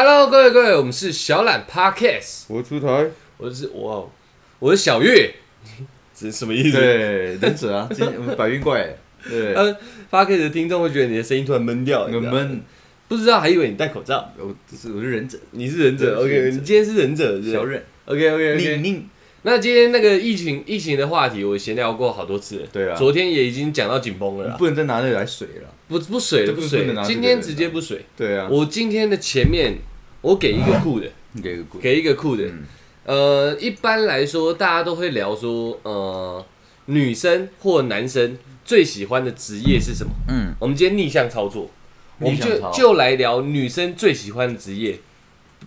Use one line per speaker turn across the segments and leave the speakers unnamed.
各位各位，我们是小懒 Podcast，
我出台，
我是哇哦，我是小月。
这是什么意思？对，忍 者啊，今我们百运怪，对，
呃，Podcast 的听众会觉得你的声音突然闷掉，你
我
知道吗
们
不知道还以为你戴口罩。
我是我是忍者，
你是忍者
对是
，OK，
忍者
你今天是忍者，
小忍，
，OK OK
宁
OK。
宁，
那今天那个疫情疫情的话题，我闲聊过好多次了，
对啊
昨天也已经讲到紧绷了啦，
不能再拿那个来水了，
不不水了
这不
水
不能
了，
拿
今
这个
天
人
直接
啊
不水。
对啊，
我今天的前面，我给一个酷的，
你给个鬼，
给一个酷的。
嗯
呃，一般来说，大家都会聊说，呃，女生或男生最喜欢的职业是什么？
嗯，
我们今天逆向操作，我们
逆向
就
操
就来聊女生最喜欢的职业。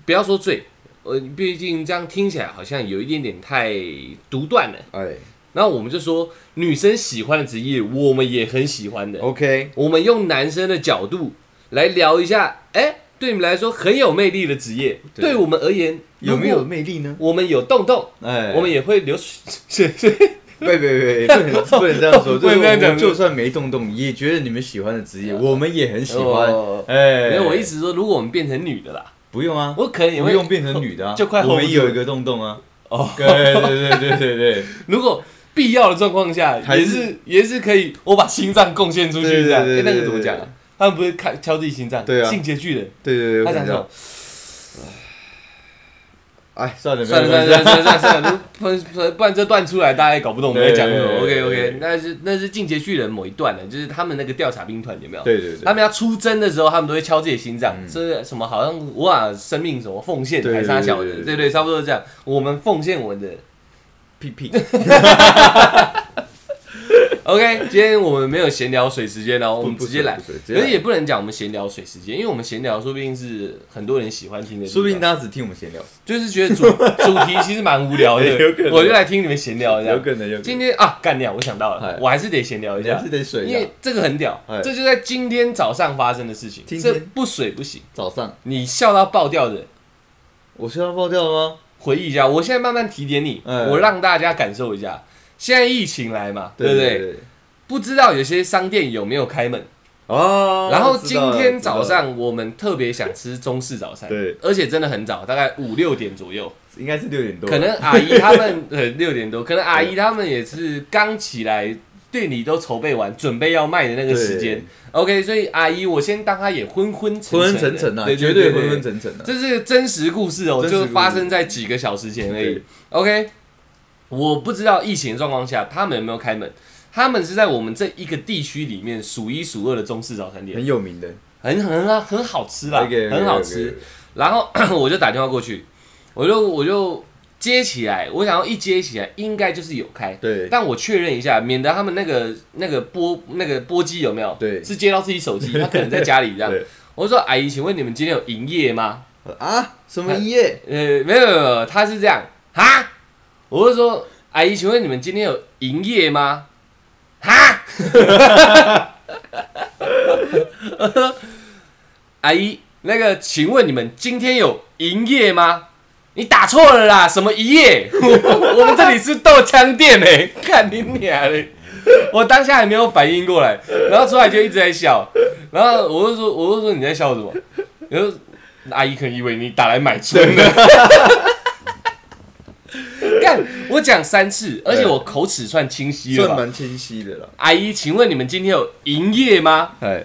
不要说最，呃，毕竟这样听起来好像有一点点太独断了。
哎
然后我们就说，女生喜欢的职业，我们也很喜欢的。
，OK，
我们用男生的角度来聊一下，哎、对你们来说很有魅力的职业，
对
对我们而言
有没？
如
有
果
魅力呢？
我们有洞洞，
哎，
我们也会流 水。
别别别，不能不能这 样说，
不能这样讲呃
就是我们就算没动动，也觉得你们喜欢的职业，我们也很喜欢
哦，
哎，
没有，我意思说，如果我们变成女的啦，
不用啊，
我可能也
不
会
用变成女的啊，
就快 hold
我们
不
也
住了
有一个洞洞啊，
哦
对对对对对对。
如果必要的状况下，
还
也
是
是也是可以，我把心脏贡献出去
对对
这样。
对
哎那个
对
怎么讲啊
对？
他们不是看敲自己心脏？
对啊
进阶巨人，
对对对，
他讲什么
说，？哎，算了
算了算了，算了算了算了，不然不然这段出来大家也搞不懂我们在讲什么。
对
OK
对对
OK，
对
那是那是进阶巨人某一段的，就是他们那个调查兵团有没有？
对对
他
对，
们要出征的时候，他们都会敲自己心脏，这什么好像我把生命什么奉献
对对
还是他小
对
的，
对
对对，差不多是这样。我们奉献我们的。
屁屁，
OK，今天我们没有闲聊水时间哦，我
不
们
不
直接
水
来
不水，直接
可是
来
也不能讲我们闲聊水时间，因为我们闲聊说不定是很多人喜欢听的地方，
说不定大家只听我们闲聊，
就是觉得主主题其实蛮无聊的，
有可能
我就来听你们闲聊一下
有。可能有可
今
能，
天啊，干掉，我想到了
嗨，
我还是得闲聊一
人
下
家是，得水
因为
的，
这个很屌
嗨，
这就在今天早上发生的事情，
今
这
天
不水不行，
早上
你笑到爆掉的。
我是要爆掉了吗？
回忆一下，我现在慢慢提点你，
哎
我让大家感受一下。现在疫情来嘛，对不
对
对？
对，
不知道有些商店有没有开门。
哦，
然后
知
今
道了
天早，
知道了
上我们特别想吃中式早餐，
对，
而且真的很早，大概五六点左右，
应该是六点多，
可能阿姨他 们呃六点多，可能阿姨他们也是刚起来，店里都筹备完，准备要卖的那个时间
对。
OK，所以阿姨我先当她也昏昏沉
昏昏
沉
沉
的
沉啊，
对
绝
对
对昏昏沉沉啊，
这是真实故事哦，
真实
就
故事
发生在几个小时前而已
对。
OK，我不知道疫情的状况下他们有没有开门，他们是在我们这一个地区里面数一数二的中式早餐店，
很有名的，
很很很很好吃啦
哎 OK，OK，OK，
啊很好吃。然后 我就打电话过去，我就我就接起来，我想要一接起来应该就是有开，
对
但我确认一下，免得他们那个那个拨那个拨机有没有？
对
是接到自己手机，他可能在家里这样。
对
我说阿姨，请问你们今天有营业吗？
啊，什么营业？
呃，没有没有没有，他是这样哈，我是说，阿姨，请问你们今天有营业吗？ 哈，阿姨，那个，请问你们今天有营业吗？你打错了啦，什么营业？ 我我们这里是豆浆店哎、欸， 看你娘嘞！我当下还没有反应过来，然后出来就一直在笑，然后我就说，我就说你在笑什么？然后阿姨可能以为你打来买 春的。干，我讲三次，而且我口齿算清晰了
算
吧？
蛮清晰的啦，
阿姨，请问你们今天有营业吗？
哎，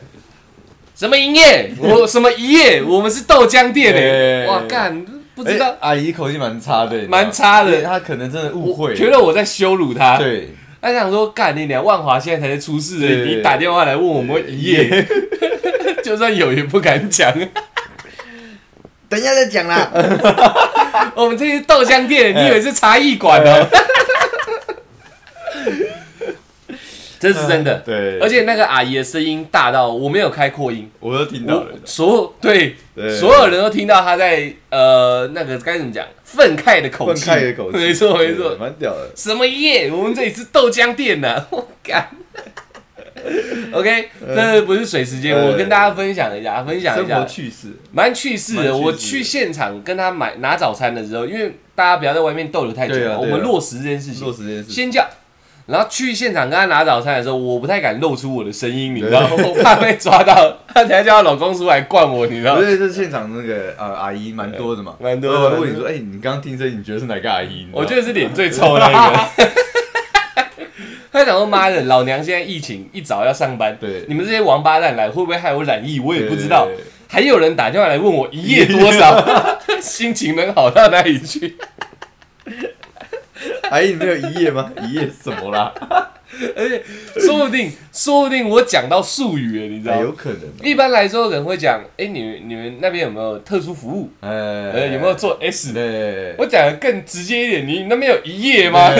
什么营业？我什么营业？我们是豆浆店哎、
哎
哇，干，不
不
知道，
阿姨口气蛮差的，你知道吗
哎蛮差的
对她可能真的误
我
会，
觉得我在羞辱他。
对，
他想说，干你俩，万华现在才是出事而已，
对
你打电话来问我们营业， 就算有也不敢讲。
等一下再讲啦，
我们这些豆浆店，
哎
你以为是茶艺馆哦？ 这是真的，
哎对，
而且那个阿姨的声音大到我没有开扩音，
我都听到
我
了，
所有对
对
所有人都听到他在呃那个该怎么讲愤慨的口
愤
气，
慨的口气，
没错没
对
错。
蛮屌的。
什么耶？我们这里是豆浆店呐、 我干。OK，这不是水时间，
呃
我跟大家分享一下，分享
生
一下
活，趣事，
蛮趣事
蛮趣
的。
事
我去现场跟他买拿早餐的时候，因为大家不要在外面逗留太久
对啊
了，
对啊
我们落实这件事情
落，实这件事。
先叫。然后去现场跟她拿早餐的时候，我不太敢露出我的声音，你知道吗？我怕被抓到，她等下叫她老公出来灌我，你知道
不
吗？
是，这现场那个呃阿姨蛮多的嘛，
蛮多的
我问你说，哎，你刚刚听声，你觉得是哪个阿姨？
我觉
得
得是脸最臭那 个。他想说：“妈的，老娘现在疫情一早要上班，
对
你们这些王八蛋来，会不会害我染疫？我也不知道。
对对对
还有人打电话来问我一夜多少，心情能好到哪里去？
阿姨你没有一夜吗？一夜什么啦？
说不定，说不定我讲到术语了，你 知道
哎
吗
有？可能哦，
一般来说，可能会讲：哎、你们你们那边有没有特殊服务？呃，
哎，
有没有做 S 的？
对？
我讲的更直接一点，你那边有一夜
对
吗？OK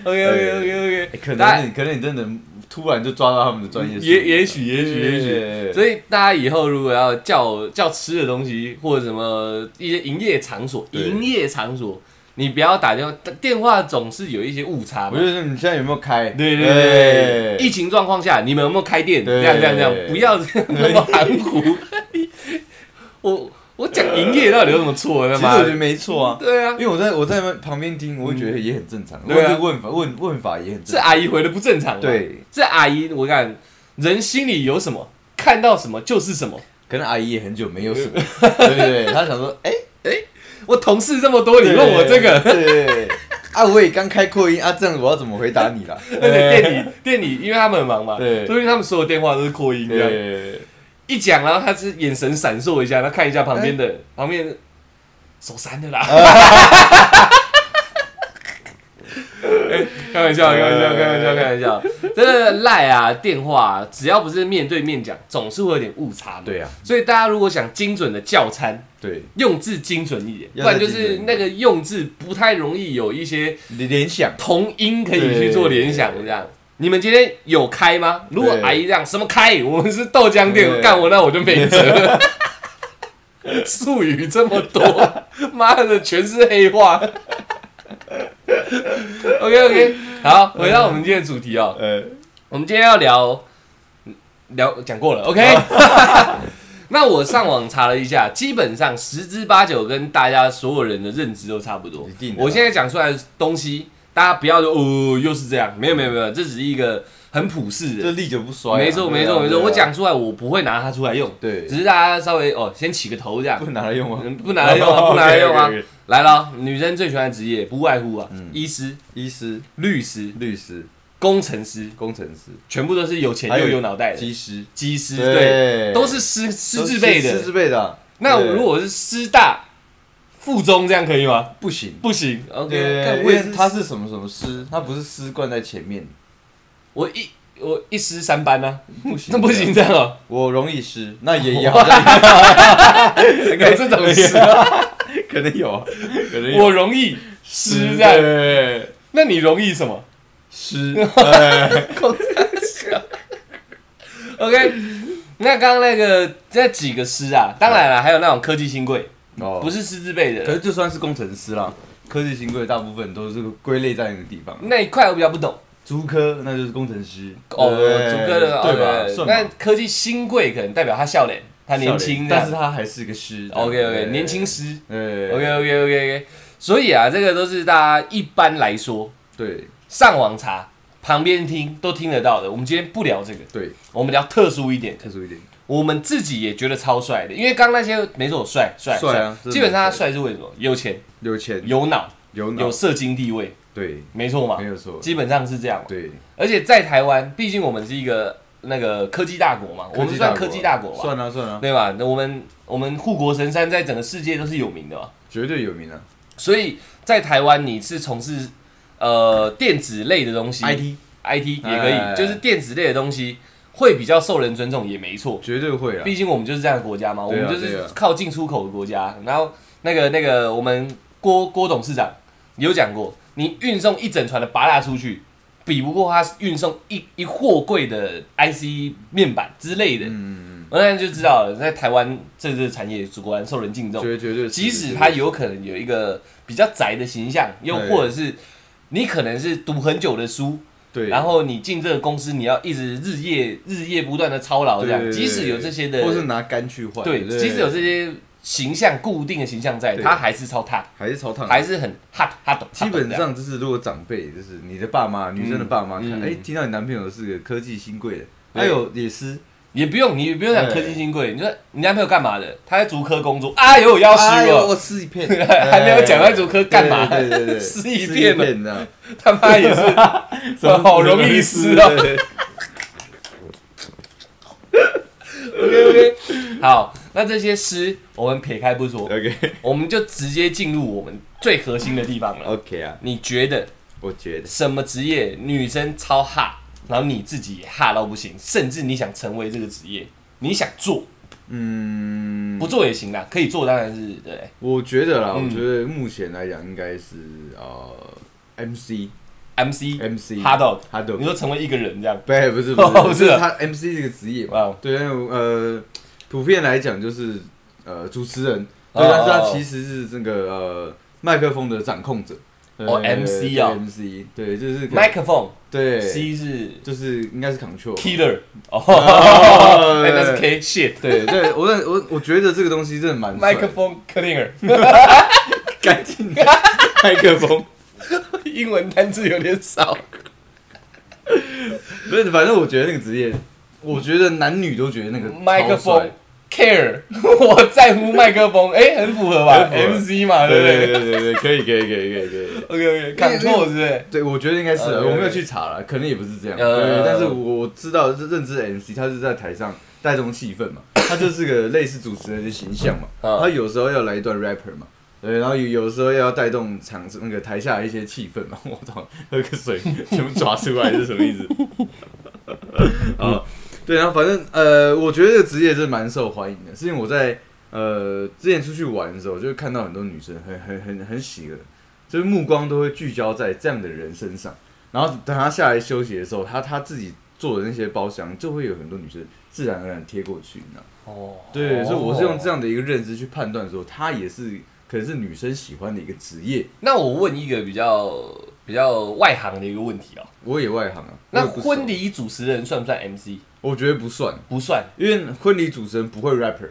对
OK OK
哎
OK，
可
大家
能你可能你真的突然就抓到他们的专业术语，
也也许也许
对
也许。
对
所以大家以后如果要叫叫吃的东西或者什么一些营业场所，
对
营业场所你不要打电话，电话总是有一些误差
我
嘛
就。说你现在有没有开？
对对对
哎
对，疫情状况下，你们有没有开店？这
对
样这样这样，不要那么含 糊。我我讲营业到底有什么错？他
其实
妈
我觉得
的，
没错啊，
对啊
因，为我在我在旁边听，我会觉得也很正常，
嗯
问
对啊
这个问法问问法也很
这
正常，
阿姨回的不正常。，
对，
这阿姨我看人心里有什么，看到什么就是什么。
可能阿姨也很久没有什么，对对对，她想说，哎，
我同事这么多，你
对
问我这个，
对对对，啊，我也刚开扩音啊，这样我要怎么回答你啦？
而且店里店里，因为他们很忙嘛，
对
所以他们所有电话都是扩音
对
这样。
对
一讲，然后他是眼神闪烁一下，他看一下旁边的，
哎
旁边手删的啦。
呃
哎 开玩笑，开玩笑，开玩笑，开玩笑！真的赖啊，电话啊、只要不是面对面讲，总是会有点误差的。
对啊
所以大家如果想精准的叫餐，
对
用字精准一点，不
要
然
再
就是
精准一点
那个用字不太容易有一些
对，联想，
同音可以去做联想，这样。你们今天有开吗？如果
对
阿姨这样什么开，我们是豆浆店，
对
干我那我就没辙。术语这么多， 妈的，全是黑话。OK OK，好，回到我们今天的主题哦，
呃，
我们今天要聊聊讲过了，OK 那我上网查了一下，基本上十之八九跟大家所有人的认知都差不多
一。定的啦
我现在讲出来的东西，大家不要说哦又是这样，没有没有没有，这只是一个很普世
这
的。
历久不衰啊，
没错
对
没
啊
错没
对
错，
啊
我讲出来我不会拿它出来用，
对
只，是大家稍微哦先起个头这样
不，拿来用啊
嗯，不拿来用啊，不拿来用啊
OK，OK，OK。
来了，女生最喜欢的职业不外乎啊
嗯，
医师、
医师、
律师、
律师、
工程师，
工程师、
全部都是有钱
还
又
有
有脑袋的
技师，
技师，对，都是师师字辈
师字
的。
辈的啊。
那
对
如果是师大、附中这样可以吗？
不行，
不行，OK，
对，
干
因
我也
为
是
他是什么什么师，他不是师冠在前面，
我一我一师三班呢、
不行，
那不行，这样哦、
我容易湿，那 也有，好像
有这种师，
也 可能有，可能
我容易师这样，
样，
那你容易什么
湿，
？OK，那刚刚那个那几个师啊，当然了，还有那种科技新贵，
哦，
不，是师字辈
可
的
是就算是工程师啦，科技新贵大部分都是归类在那个地方，
那一块，我比较不懂。
竹科那就是工程师，
哦，
对
主歌的
对
哦
吧？
对
算
那
吧
科技新贵可能代表他笑脸，他年轻这样，
但是他还是个师
OK OK 年轻，师
对
OK OK OK OK，所以啊，这个都是大家一般来说
对
上网查、旁边听都听得到的。我们今天不聊这个，
对，
我们聊特殊一点的，
特殊一点，
我们自己也觉得超帅的，因为刚刚那些没错，帅帅
帅啊真的
基本上他帅是为什么？有钱、
有钱
有脑、
有脑
有社经地位，
对，
没错嘛
没，有错，
基本上是这样嘛。
对，
而且在台湾，毕竟我们是一个那个科技大国嘛，我们算科技大国嘛，
算啊算啊，
对吧？那我们我们护国神山在整个世界都是有名的嘛。
绝对有名啊
所以在台湾你是从事呃电子类的东西
IT
IT 也可以，
哎
就是电子类的东西会比较受人尊重，也没错。
绝对会啊，
毕竟我们就是这样的国家嘛，我
对啊
们就是
对啊
靠进出口的国家。然后那个那个我们郭郭董事长有讲过，你运送一整船的拔蜡出去。比不过他运送一一货柜的 IC 面板之类的，
嗯，
那、然就知道了，在台湾这个产业果然受人敬重。
绝绝对是，啊
即使
绝对
他
是
有可能有一个比较宅的形象，又
对
或者是你可能是读很久的书，
对，
然后你进这个公司，你要一直日夜日夜不断的操劳，这
对
样，
对对
即使有这些的，
或是拿肝去换，
对，即使有这些形象固定的形象在，
对
他还是超 hot，
还是超烫，
还是很 hot hot。
基本上就是如果长辈就是你的爸妈，女生的爸妈看，哎、
嗯
听到你男朋友是个科技新贵的，
对
还有也是
也不用你不用讲
对
科技新贵，你说你男朋友干嘛的？他在竹科工作，哎呦，要
哎
死
呦
我！
我撕一 片，
还没有讲到竹科干嘛
对对对 对，
撕
撕
一
片
片呢
你知道吗
他妈也 是， 好容易撕哦。
对
OK OK，好，那这些诗我们撇开不说，
OK
我们就直接进入我们最核心的地方了。
OK 啊，
你觉得
我觉得
什么职业女生超哈，然后你自己也哈到不行，甚至你想成为这个职业，你想做
嗯，
不做也行啦，可以做当然是对
我觉得啦，
嗯
我觉得目前来讲应该是呃 MC
MC
MC
hot dog，
哈豆
你，说成为一个人这样，啊
不是 不是
哦
不
不
是，
是
就是
啊
他 MC 这个职业嘛，
哇，
对，那种呃，普遍来讲就是呃主持人，
哦
对，但是他其实是这个呃麦克风的掌控者。
哦
对
MC
对
哦
，MC，对，就是可
麦克风
对，
C 是
就是应该是 control。
killer，
哦
哦，哎那是 K shit，
对对，我认我我觉得这个东西真的蛮帅
麦克风 cleaner，
干净的麦克风，
英文单字有点少，
不是，反正我觉得那个职业，我觉得男女都觉得那个
麦克
超
风
帅。
care，我 在乎麦克风，哎，很符合吧
很符合
？MC 嘛，对
对
不
对
对
对对对，可以可以可以可以可以。
？OK OK，看错是不是？
对，我觉得应该是，啊
呃
我没有去查了，可能也不是这样。
呃
对，但是我知道认知的 MC，他是在台上带动气氛嘛，他就是个类似主持人的形象嘛。
嗯
他有时候要来一段 rapper 嘛，对，然后有有时候要带动场那个台下的一些气氛嘛。我操，喝个水全部抓出来是什么意思？啊，对，然后反正呃，我觉得这个职业真的蛮受欢迎的，是因为我在呃之前出去玩的时候，就会看到很多女生很很很很喜的，就是目光都会聚焦在这样的人身上。然后等她下来休息的时候，她她自己做的那些包厢，就会有很多女生自然而然贴过去，你知道吗？
哦，
对，所以我是用这
样。
样的一个认知去判断说，她也是可能是女生喜欢的一个职业。
那我问一个比较比较外行的一个问题哦，
我也外行啊，
那
我也不熟
婚礼主持人算不算 MC？
我觉得不算，
不算
因为婚礼主持人不会 rapper，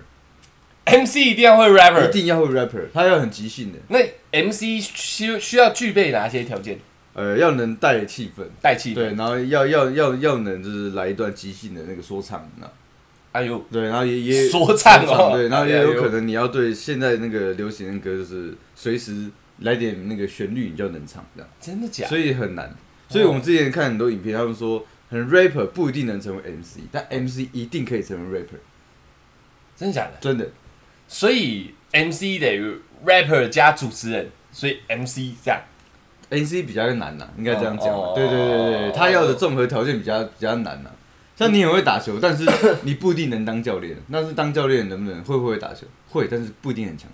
，MC 一定要会
一
rapper。
定要会 rapper，他要很即兴的，
那 MC 需需要具备哪些条件？
呃，要能带气氛。
带气氛。
对，然后要要要要能就是来一段即兴的那个说唱，那
哎呦，
对，然后也也
说唱哦
对，然后也
哎呦
有可能你要对现在那个流行的歌，就是随时来点那个旋律，你就能唱这样，
真的假的？
所以很难。所以我们之前看很多影片，他们说很 rapper 不一定能成为 MC，但 MC 一定可以成为 rapper，
真的假的？
真的。
所以 MC 等于 rapper 加主持人，所以 MC 这样。
NC 比较难呐、应该这样讲
哦哦
啊。对对对对，
哦
他要的综合条件比较比较难呐、像你很会打球，但是你不一定能当教练。但是当教练能不能会不会打球？会，但是不一定很强。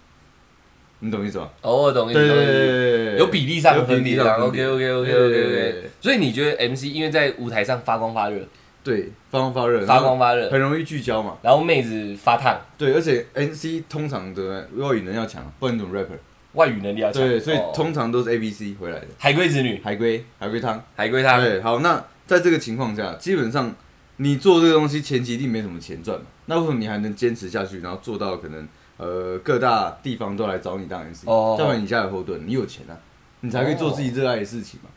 你懂意思吧？
哦，我懂
对
你懂
对
你
对对对，
有比例上的
有比
分
例
别
上的
啦。
分
OK
别
OK OK
对
OK
对对对
OK。所以你觉得 MC 因为在舞台上发光发热，
对发光发热，
发光发热
很容易聚焦嘛。
然后妹子发烫，
对，而且 NC 通常的外语能要强，不然你怎么 rapper？
外语能力要强。
对，所以
哦
通常都是 ABC 回来的。
海归子女，
海龟，海龟汤。
海归他
对，好，那在这个情况下，基本上你做这个东西前期一定没什么钱赚嘛，那为什么你还能坚持下去，然后做到可能呃各大地方都来找你当 MC？
哦
要不然你家有后盾，你有钱啊，你才可以做自己热爱的事情嘛。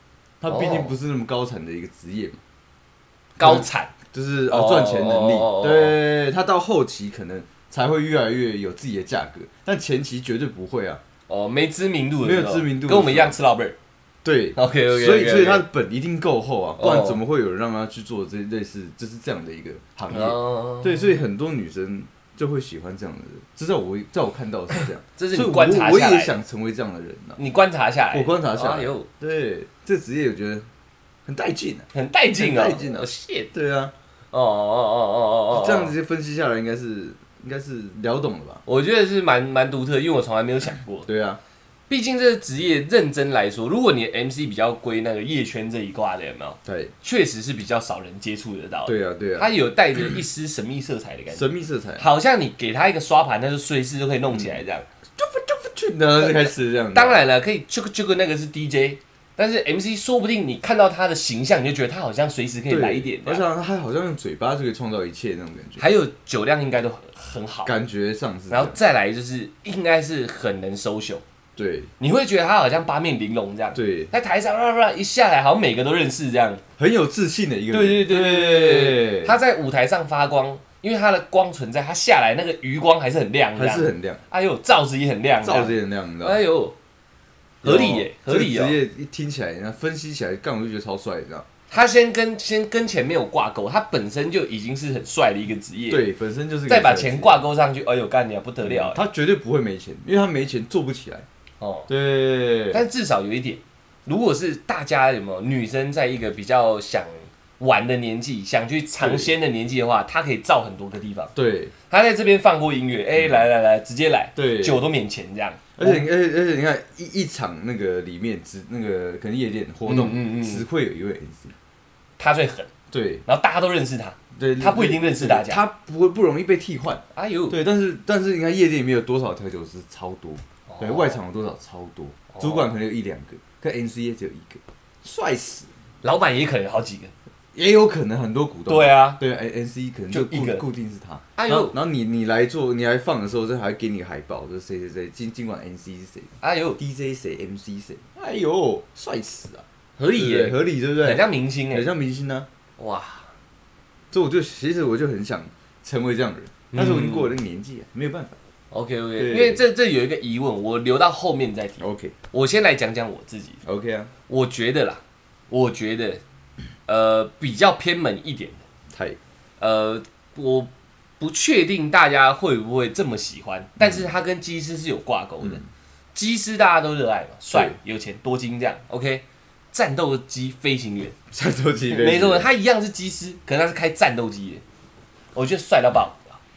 哦
它毕竟不是那么高产的一个职业嘛，
高产。
就是
哦
呃赚钱能力。
哦哦哦
对，它到后期可能才会越来越有自己的价格，但前期绝对不会啊。
哦，没知名度的
没有
时候
知名度的
跟我们一
时候
样吃老本。
对
OK OK，
所以所以他的本一定够厚啊，不
哦
然怎么会有人让他去做这类似就是这样的一个行业？
哦，
对，所以很多女生就会喜欢这样的人，至少我在我看到的是 这样，
这是
所以
你
我
观察
我
下
也
来的，
想成为这样的人呢、
你观察下来，
我观察下来
哎呦，
对，这职业我觉得很带劲啊。
很带劲啊，
很带劲啊
哦，shit，
对啊，
哦哦哦哦哦哦，
这样直接分析下来，应该是应该是聊懂了吧？
我觉得是蛮蛮独特的，因为我从来没有想过。
对啊，
毕竟这个职业认真来说，如果你的 MC 比较归那个夜圈这一挂的，有没有？
对
确实是比较少人接触得到的。
对啊，对啊
它，有带着一丝神秘色彩的感觉，
神秘色彩，
好像你给他一个刷盘，他就随时都可以弄起来这样。
然后就开始这样。
当，然了，可以 j u 那个是 DJ，但是 MC 说不定你看到他的形象，你就觉得他好像随时可以
对
来一点这
而且
样。
他好像用嘴巴就可以创造一切那种感觉，
还有酒量应该都很很好，
感觉上是这
然
样。
后再来就是应该是很能 social，
对
你会觉得他好像八面玲珑这样。，
对，
在台上啦啦啦一下来，好像每个都认识这样。
很有自信的一个人。
对对对对对对，
对
他在舞台上发光，因为他的光存在，他下来那个余光还是很亮，
还是，很亮，
哎呦，罩子也很亮，
照着，也很亮，你知道吗
哎？呦，合理耶，合理
这个
哦。
职业一听起来，人家分析起来，干我就觉得超帅，你知道？
他先跟先跟钱没有挂钩，他本身就已经是很帅的一个职业，，
对，本身就是个嗯
再把
帅
钱
气
挂钩上去，哎呦，干你啊，不得了哎
他绝对不会没钱，因为他没钱做不起来。
哦。
对，
但至少有一点，如果是大家有没有女生在一个比较想玩的年纪，想去尝鲜的年纪的话，她可以造很多个地方。
对
她在这边放过音乐，哎、来来来，直接来，
嗯对，
酒都免钱这样。
而且你而且而且你看一一场那个里面只那个可能夜店活动，
嗯嗯嗯
只会有一位 MC。
他最狠，
对
然后大家都认识他。
对，
他不一定认识大家
他不会不容易被替换。
哎呦，
对，但是但是你看夜店里面有多少调酒师，超多。
哦
对，外场有多少超多，主管可能有一两个，可 MC 也只有一个，帅死。
老板也可能有好几个。
也有可能很多股东。
对啊，
对，N C 可能就
就一
固
个
固定是他。
哎呦
然后然后你你来做，你来放的时候，这还会给你海报，就是谁谁谁，今今晚 N C 是谁
哎呦，
，D J 谁，M C 谁，哎呦，帅死啊！
合理
对不对
耶，
合理对不
很
对？
像明星
很
哎。
像明星呢。
哇，
所以我就其实我就很想成为这样的人，
嗯
但是我已经过了那个年纪，没有办法。
OK OK，
对哦
因为这这有一个疑问，我留到后面再提。
OK
我先来讲讲我自己，
OK 啊，
我觉得啦，我觉得，呃，比较偏门一点的，
太
呃，我不确定大家会不会这么喜欢，但是它跟机师是有挂钩的
嗯。
机师大家都热爱嘛，帅、有钱、多金这样。OK，战斗机飞行员。
战斗机飞
没错，
行员
他一样是机师，可是他是开战斗机的，我觉得帅到爆。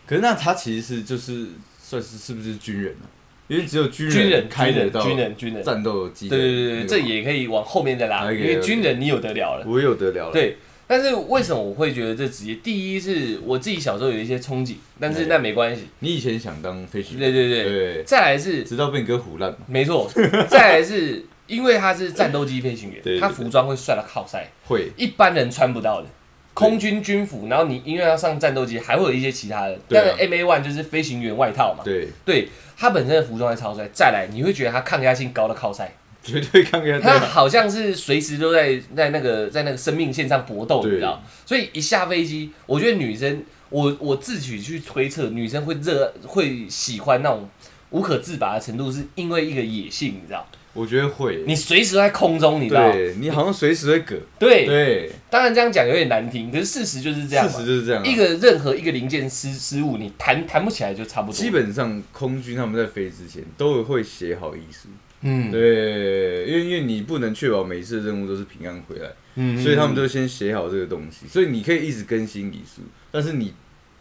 可是那他其实是就是算是是不是军人呢？啊因为只有军
军人、
开
军
得
人、
到
军人、军人，
战斗机
对
的
对
那个。
对对，这也可以往后面再拉，
OK，OK
因为军人你有得了了。
我有得了了。
对，但是为什么我会觉得这职业？第一是我自己小时候有一些憧憬，但是
对
那没关系。
你以前想当飞行员，
对对对，
对，
再来 是
直到被你哥唬烂嘛，
没错，再来是因为他是战斗机飞行
对对
员，
对
他服装会帅到靠晒，
会，
一般人穿不到的。空军军服，然后你因为要上战斗机，还会有一些其他的。
对啊
但是 M A one 就是飞行员外套嘛，
对，
对他本身的服装在超帅，再来你会觉得他抗压性高的靠晒，
绝对看 给
他
他，
好像是随时都在在那个在那个生命线上搏斗，
对
你知道？所以一下飞机，我觉得女生，我我自己去推测，女生会热会喜欢那种无可自拔的程度，是因为一个野性，你知道？
我觉得会，
你随时都在空中，你知道？
对你好像随时会嗝，
对，
对，
当然这样讲有点难听，可是事实就是这样
事
嘛
实。就是这样啊。
一个任何一个零件失失误，你弹弹不起来就差不多。
基本上空军他们在飞之前都会写好遗书，
嗯
对，因为因为你不能确保每一次的任务都是平安回来，
嗯
所以他们都先写好这个东西，所以你可以一直更新遗书，但是你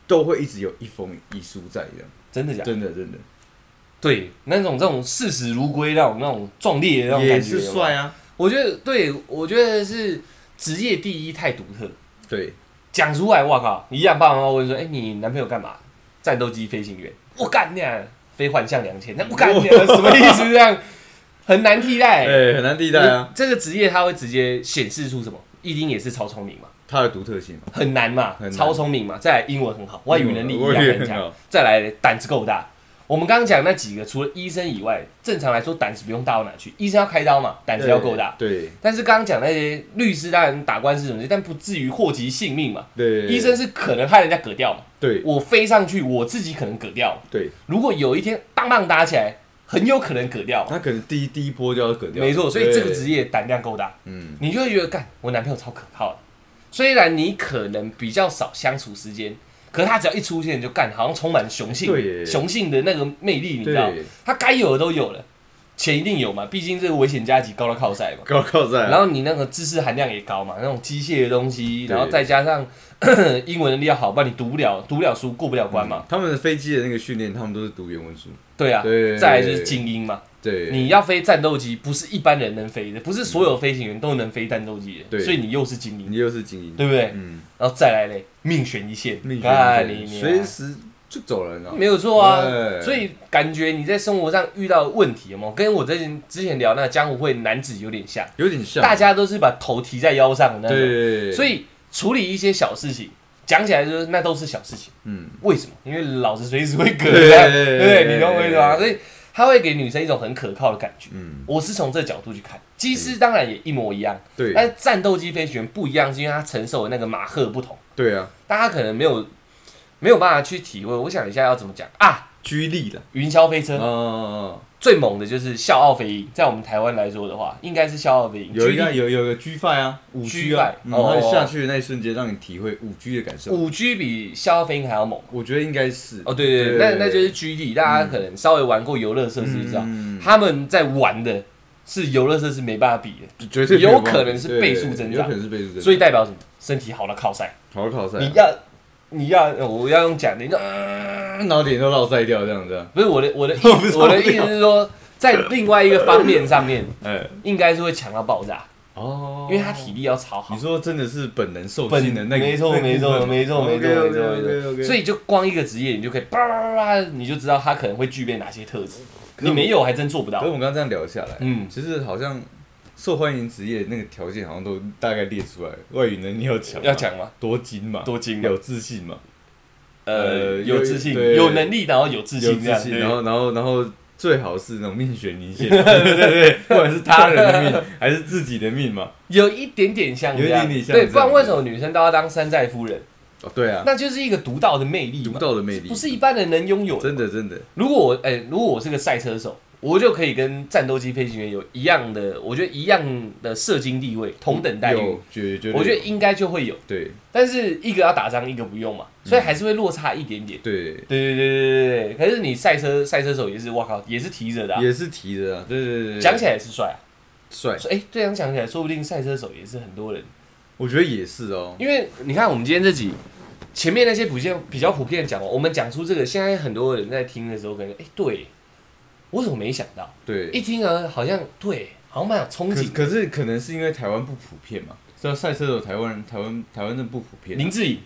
都会一直有一封遗书在这样，
真的假的？
真的真的
对，那种这种视死如归那种那种壮烈的那种
也
感觉，
是帅啊，
我觉得，对我觉得是职业第一太独特。
对，
讲出来，我靠，一样爸爸妈妈问说：“哎、你男朋友干嘛？”战斗机飞行员， 我干你啊，飞幻象两千，那 我干你啊，什么意思？这样很难替 代、
哎，很难替代啊，
这个职业它会直接显示出什么？一定也是超聪明嘛，
它的独特性嘛，
很难嘛，
很难
超聪明嘛。再来英文很好，外语能力一
我
样
也
很
很
强。
好，
再来胆子够大。我们刚刚讲那几个，除了医生以外，正常来说胆子不用大到哪去。医生要开刀嘛，胆子要够大。
对
但是刚刚讲那些律师当然打官司什么的，但不至于祸及性命嘛。
对，
医生是可能害人家割掉嘛，
对
我飞上去我自己可能割掉。
对，
如果有一天当当打起来，很有可能割掉。
他可能第一第一波就要割掉，
没错，所以这个职
业，
业胆量够大，
嗯，
你就会觉得干我男朋友超可靠的。虽然你可能比较少相处时间，可是他只要一出现就干，好像充满雄性
对耶
雄性的那个魅力，你知道
对，
他该有的都有了，钱一定有嘛，毕竟这个危险加级高到靠赛嘛。
高靠在啊，
然后你那个知识含量也高嘛，那种机械的东西，
对
然后再加上 英文能力要好，不然你读不了读不了书，过不了关嘛。
他们的飞机的那个训练，他们都是读原文书，
对啊，
对
再来就是精英嘛，
对，嗯
你要飞战斗机，不是一般人能飞的，不是所有飞行员都能飞战斗机的，
对
所以你又是精英，
你又是精英，
对不对？
嗯，
然后再来嘞，命悬一线，
命悬一线
哎你你啊
随时就走人了。
没有错啊，
对
所以感觉你在生活上遇到的问题有没有跟我之前之前聊那个江湖会男子有点像，
有点像
大家都是把头提在腰上的那种，
啊对，
所以处理一些小事情，讲起来就是那都是小事情，
嗯，
为什么？因为老子随时会嗝
对
啊，对不对？
对
你懂我意思吗？所以他会给女生一种很可靠的感觉。
嗯
我是从这角度去看，机师当然也一模一样，
对
但是战斗机飞行员不一样，是因为他承受的那个马赫不同，
对啊，
大家可能没有没有办法去体会。我想一下要怎么讲啊？
拘力了，
云霄飞车、
哦，
最猛的就是笑傲飞鹰，在我们台湾来说的话，应该是笑傲飞鹰。
有一个
举例
有有个 G f 啊，五 G 啊
G5，
嗯
哦
它下去的那一瞬间让你体会五 G 的感受，
五 G 比笑傲飞鹰还要猛。
我觉得应该是
哦，对对对，那那就是 G D，大家可能稍微玩过游乐设施就知道，
嗯
他们在玩的是游乐设施没办法比的，
绝对
有可能是倍数增长
对有可能是倍数增长，
所以代表什么？身体好的靠赛，
好好考赛啊，
你要你要我要用讲的，你知道
然后脸都落晒掉这样子啊，
不是我的我的
我不知道
我的意思是说，在另外一个方面上面，
哎，
应该是会强到爆炸，
哦
因为他体力要超好
你。说真的是本能受
本
尽的那个，
没错没错没错没错没错没错，所
以
以就光一个职业，你就可以叭叭叭叭，你就知道他可能会具备哪些特质。你没有还真做不
可是
到
我。们刚刚这样聊下来，
嗯
其实好像受欢迎职业那个条件好像都大概列出来，外语能力要强嘛，
要讲吗？
多金嘛，
多啊金嘛
有自信嘛，
呃，
呃
有自信，
对
有能力，然后有自
有
信，这
自
样
信，
对
然后然后然后最好是那种命悬一 线，对对对， 不管是他人的命还是自己的命嘛，
有一点点像这样，
有一点点像
对，
这样
不然为什么女生都要当山寨夫人？
哦对啊，
那就是一个独到的魅力嘛，
独到的魅力
不是一般人能拥有的。
真的真的，
如果我哎，如果我是个赛车手，我就可以跟战斗机飞行员有一样的，我觉得一样的社经地位，同等待遇
有，绝绝对有，
我觉得应该就会有。
对
但是一个要打仗，一个不用嘛，
嗯
所以还是会落差一点点。
对。
对对对对对对，可是你赛车赛车手也是，我靠，也是提着的、啊，
也是提的啊，对对对对，
讲起来也是帅啊。
帅，
说哎、对啊，讲起来，说不定赛车手也是很多人，
我觉得也是哦。
因为你看我们今天这集前面那些比较比较普遍讲哦，我们讲出这个，现在很多人在听的时候，可能哎、对，我怎么没想到？
对，
一听啊，好像对，好像蛮有憧
可是
憬。
可是可能是因为台湾不普遍嘛，像赛车手台湾台湾台湾真的不普遍。啊
林志颖，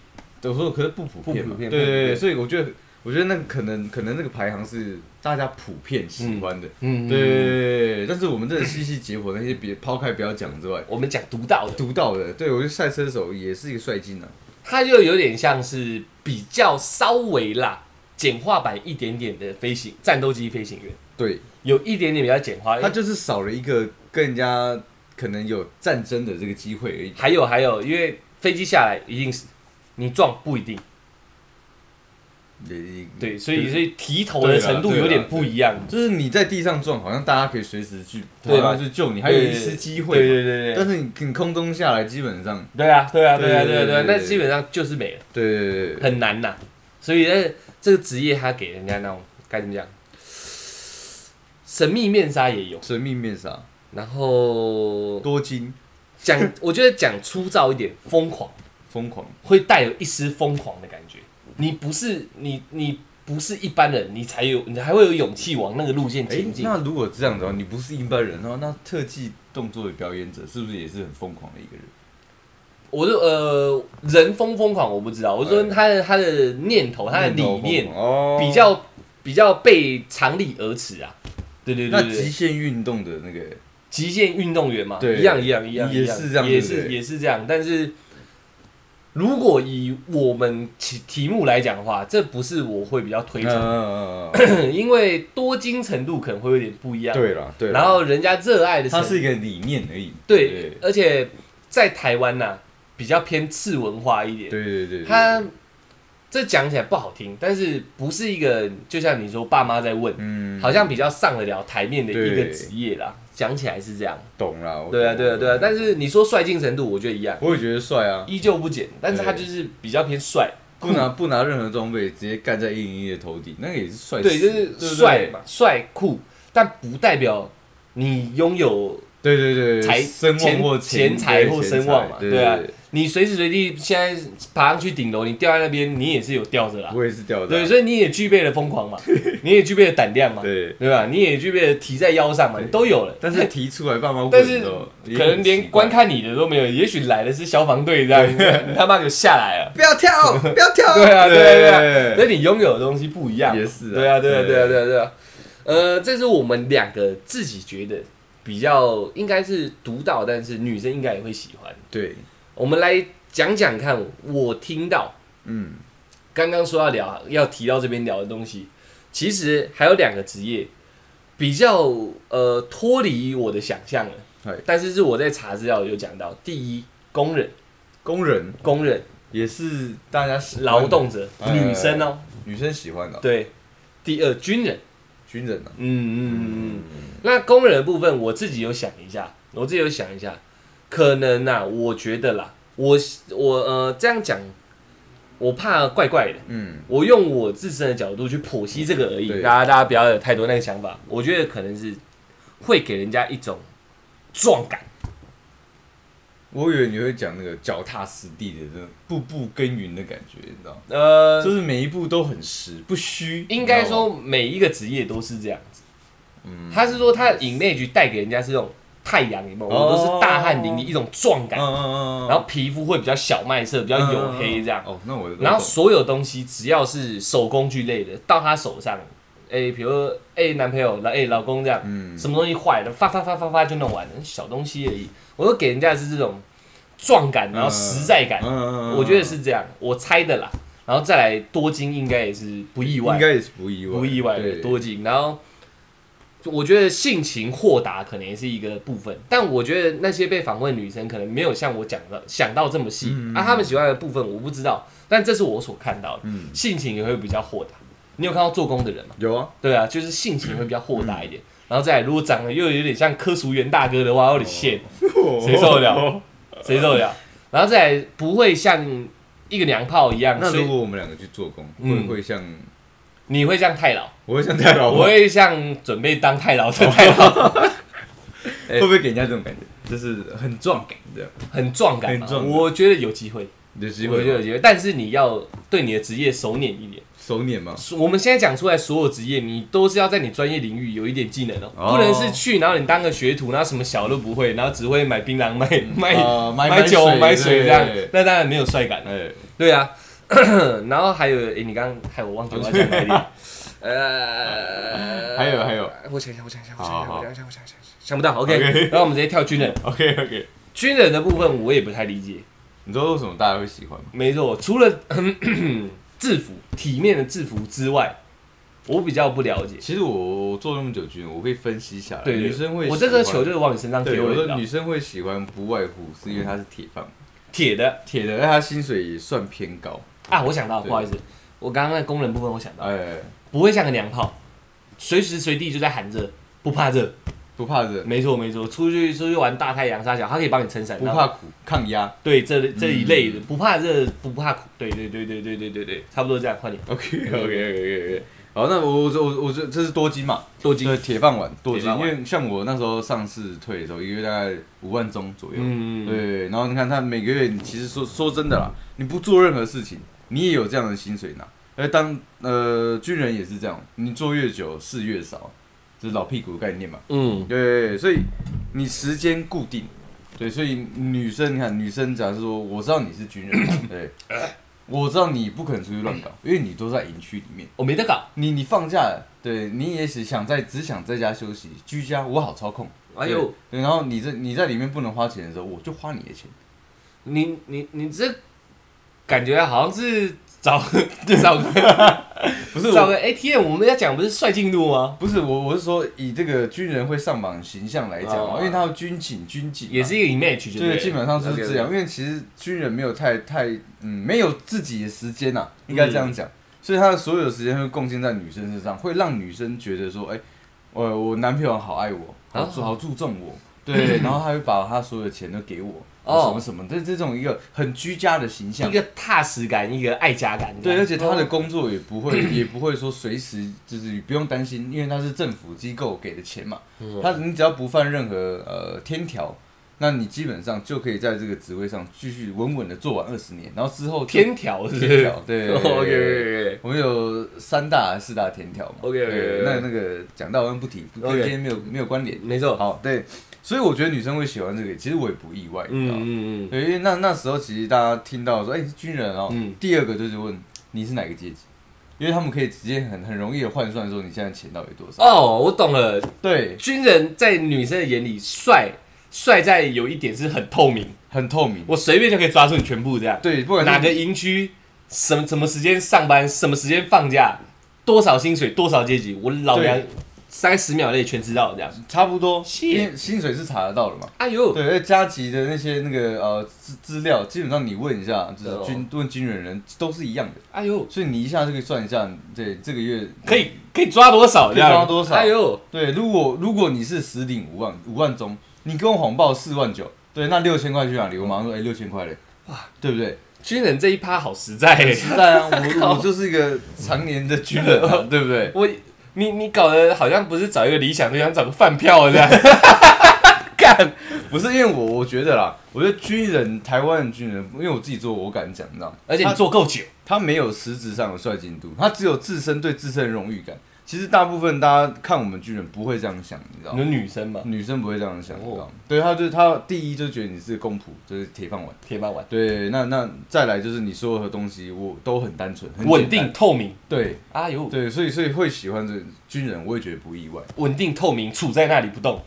我说可是不普遍
不
嘛，
普遍
对
不普
对对，
遍
所以我觉得我觉得那个可能可能那个排行是大家普遍喜欢的，
嗯
对对对对。但是我们真的细细解剖那些别抛开不要讲之外，
我们讲独到的，
独到的，对我觉得赛车手也是一个帅劲啊，
它就有点像是比较稍微啦简化版一点点的飞行战斗机飞行员，
对，
有一点点比较简化。
他就是少了一个跟人家可能有战争的这个机会而已。
还有还有，因为飞机下来一定是你撞不一定。
也
对，所以所以提头的程度有点不一样，
就是你在地上撞，好像大家可以随时去，
对吧
吧？去救你，还有一丝机会嘛。
对对对对
但
对，
是你你空中下来，基本上，
对啊对啊对啊对啊
对对
对啊
对，对
那基本上就是没了，
对对对对，
很难呐。所以呃，这个职业它给人家那种该怎么讲，神秘面纱也有。
神秘面纱，
然后
多金，
讲，我觉得讲粗糙一点，疯狂
疯狂，
会带有一丝疯狂的感觉。你不是你你不是一般人，你才有你还会有勇气往那个路线
哎、
前进。
那如果这样的话，你不是一般人的话，那特技动作的表演者是不是也是很疯狂的一个人？
我就呃，人疯疯狂我不知道，我说
哎
他的他的念
哦
头，他的理
头
念
疯狂哦
比较比较被常理而耻啊。对对对
那
对
极
对，
限运动的那个，
极限运动员嘛，
对
一样一样一样，
也
一样
是这样
也
对
是
不对
也是这样。但是如果以我们题题目来讲的话，这不是我会比较推
嗯
崇的，
嗯嗯嗯
因为多金程度可能会有点不一样。
对了对啦，
然后人家热爱的程
它
度
是一个理念而已，
对，而且在台湾呐、比较偏次文化一点
对。对对对，
他这讲起来不好听，但是不是一个就像你说爸妈在问，
嗯
好像比较上得了台面的一个
对
职业啦。讲起来是这样，
懂了，我
对啊，
懂
对啊，对啊。但
我
是你说帅劲程度，我觉得一样，
懂我也觉得帅啊，
依旧不减，但是他就是比较偏帅，
不拿不拿任何装备，直接干在一零一的头顶，那个也是帅死，
对，就是
哎不对
帅嘛，，帅酷，但不代表你拥有
对对对，
财
声望或
钱钱财或声望嘛，对啊，。你随时随地现在爬上去顶楼，你掉在那边，你也是有吊着啦。
我也是掉的啊。
对，所以你也具备了疯狂 嘛，你也具备了胆量嘛，
对
对吧？你也具备了提在腰上嘛，你都有了。
但是提出来爸妈问
但是
的时候，也
可能
很
连
奇怪
观看你的都没有，也许来的是消防队这样，你 他妈给我下来 了。
不要跳，不要跳。
对啊，对啊，对啊，所以你拥有的东西不一样嘛。
也是啊
对啊，对啊，
对
对啊，对啊，对啊。呃，这是我们两个自己觉得比较应该是独到，但是女生应该也会喜欢。
对，
我们来讲讲看，我听到
嗯，
刚刚说要聊要提到这边聊的东西，其实还有两个职业比较呃脱离我的想象了
嗨，
但是是我在查资料有讲到，第一工人，
工人
工人
也是大家喜欢的
劳动者，
哎
女生哦、
女生喜欢的啊，
对，第二军人，
军人啊，
嗯嗯嗯嗯，那工人的部分我自己有想一下，我自己有想一下，可能呐、啊，我觉得啦，我我呃这样讲，我怕怪怪的。
嗯，
我用我自身的角度去剖析这个而已，
对
大家大家不要有太多那个想法。我觉得可能是会给人家一种壮感，
我以为你会讲那个脚踏实地的，这种步步耕耘的感觉，你知道吗？
呃，
就是每一步都很实，不虚。
应该
你知道
说
吗，
每一个职业都是这样子。
嗯
他是说他的 image 带给人家是那种太阳，有没有？我们都是大汗淋漓，一种壮
哦嗯
感，
嗯嗯嗯，
然后皮肤会比较小麦色，比较黝黑这样。
哦，那我
然后所有东西只要是手工具类的，到他手上，哎、比如说哎、男朋友，哎、老公这样，
嗯
什么东西坏了，发发发发发就弄完了，小东西而已。我都给人家的是这种壮感，然后实在感，
嗯
我觉得是这样，我猜的啦。然后再来多金应该也是不意外
应，该也是不意外，
不意外的
对
多金。然后我觉得性情豁达可能也是一个部分，但我觉得那些被访问女生可能没有像我讲的想到这么细、
嗯
啊，她们喜欢的部分我不知道，但这是我所看到的，
嗯
性情也会比较豁达。你有看到做工的人吗？
有啊，
对啊，就是性情会比较豁达一点。
嗯
然后再来，如果长得又有点像柯淑媛大哥的话，我的天，
哦
谁
谁
受得了？谁受得了？然后再来，不会像一个娘炮一样，
那
所以
如果我们两个去做工，
嗯
会会像
你会像太老，
我会像太老
我
婆，
会像准备当太老的太 老，
会哎不会给人家这种感觉？就是很壮感这样，
很壮感嘛
很壮感
我觉得有机会，
有机
我觉得有
会吗
机会，但是你要对你的职业熟稔一点。
手捻吗？
我们现在讲出来所有职业，你都是要在你专业领域有一点技能哦，
哦
不能是去然后你当个学徒，然后什么小都不会，然后只会买槟榔、卖卖
啊买
买酒、买水这样
对，
那当然没有帅感了。
哎，
对啊，然后还有，哎，你刚刚害我忘记我要讲哪里了。呃，
哎还有还有，
我想一下，我想一下，我
好
想一下，
好
我想一下，我想一下，想不到。OK，
OK
然后我们直接跳军人，
OK OK，
军人的部分我也不太理解。
你知道为什么大家会喜欢吗？
没错，除了 制服体面的制服之外，我比较不了解。
其实我做那么久军，我可以分析下来，
对
呃女生会
我这颗
喜欢
球就是往你身上
对
丢
我
的，
说
你
女
知道
生会喜欢，不外乎是因为她是铁饭碗，
铁的
铁的，她薪水也算偏高，
啊！我想到，
对
不好意思，我刚刚那工人部分我想到，
哎，
不会像个娘炮，随时随地就在喊热，不怕热。
不怕热，
没错没错，出去出去玩大太阳沙小，他可以帮你撑伞，
不
然后
怕嗯苦，抗压
对这这一类的，不怕热不怕苦，对对对对对对对对，差不多这样，快点
，OK OK OK OK。好，那我我我我这这是多金嘛？
多金
对，，铁饭碗多金
铁，饭
因
碗
为像我那时候上次退的时候，一个月大概五万中左右，
嗯，
对，然后你看他每个月，你其实说说真的啦，你不做任何事情，你也有这样的薪水拿。而当呃军人也是这样，你做越久事越少，这是老屁股的概念嘛。
嗯
对，所以你时间固定，对，所以女生你看，女生假如说我知道你是军人嘛，对，我知道你不可能出去乱搞，因为你都在营区里面，
我没得搞，
你你放假了，对你也许想在只想在家休息居家，我好操控。
哎呦。
对，对然后你这你在里面不能花钱的时候，我就花你的钱。
你你你这感觉好像是 找找个
不是
找
我，
个 ATM，我们要讲不是帅进度吗？
不是我，我是说以这个军人会上榜形象来讲啊
哦
嘛，因为他有军警，军警嘛
也是一个 image，就
就是
对
啊基本上就是这样。
OK，OK
因为其实军人没有太太嗯，没有自己的时间呐、啊
嗯
应该这样讲。所以他的所有时间会贡献在女生身上，会让女生觉得说，哎、我我男朋友好爱我，好注、
啊
好注重 我。对，然后他会把他所有的钱都给我，
哦
什么什么，这这种一个很居家的形象
一，个踏实感，一个爱家感。哦
对，而且
他
他的工作也不会， 也不会说随时就是不用担
嗯
心，因为他是政府机构给的钱嘛，他你只要不犯任何呃天条，那你基本上就可以在这个职位上继续稳稳的做完二十年，然后之后就
天条是不是
天条 对
OK，OK，OK
我们有三大还是四大天条嘛
OK，OK，
对
OK
那那个讲到恩不提，跟
OK 嗯
今天没有没有关联。
没错，
好，对，所以我觉得女生会喜欢这个，其实我也不意外，你知道吗
嗯嗯嗯，
对，因为那那时候其实大家听到说，哎、你是军人哦、
嗯
第二个就是问你是哪个阶级，因为他们可以直接很很容易的换算说你现在钱到底多少。
哦，我懂了，
对，
军人在女生的眼里帅，帅在有一点是很透明，
很透明。
我随便就可以抓住你全部这样。
对，不管是
哪个营区，什么什么时间上班，什么时间放假，多少薪水，多少阶级，我老娘
对
三十秒内全知道这样。
差不多，
Shit
因为薪水是查得到的嘛。
哎呦，
对，而加急的那些那个呃资资料，基本上你问一下，就
对哦
是军问军人人都是一样的，
哎呦，
所以你一下就可以算一下，对这个月
可以可以抓多少？
可以抓多少
哎呦，
对，如果如果你是实领五万五万中，你跟我谎报四万九，对，那六千块去哪里？我马上说，哎、六千块嘞，哇，对不对？
军人这一趴好实在、 欸。
当然， 我我就是一个常年的军人、啊，对不对？
我你你搞得好像不是找一个理想对象，找个饭票 这样。干，
不是因为我我觉得啦，我觉得军人，台湾的军人，因为我自己做，我敢讲，你知道吗？
而且你
他
做够久，
他没有实质上的率进度，他只有自身对自身的荣誉感。其实大部分大家看我们军人不会这样想，你知道
你
吗
们？女生嘛，
女生不会这样想，
哦
你知道吗？对，他就是他第一就觉得你是公仆，就是铁饭碗。
铁饭碗，
对，那那再来就是你所有的东西我都很单纯，很简单
稳定。透明。
对
哎呦，
对，所以所以会喜欢这军人，我也觉得不意外。
稳定透明，杵在那里不动。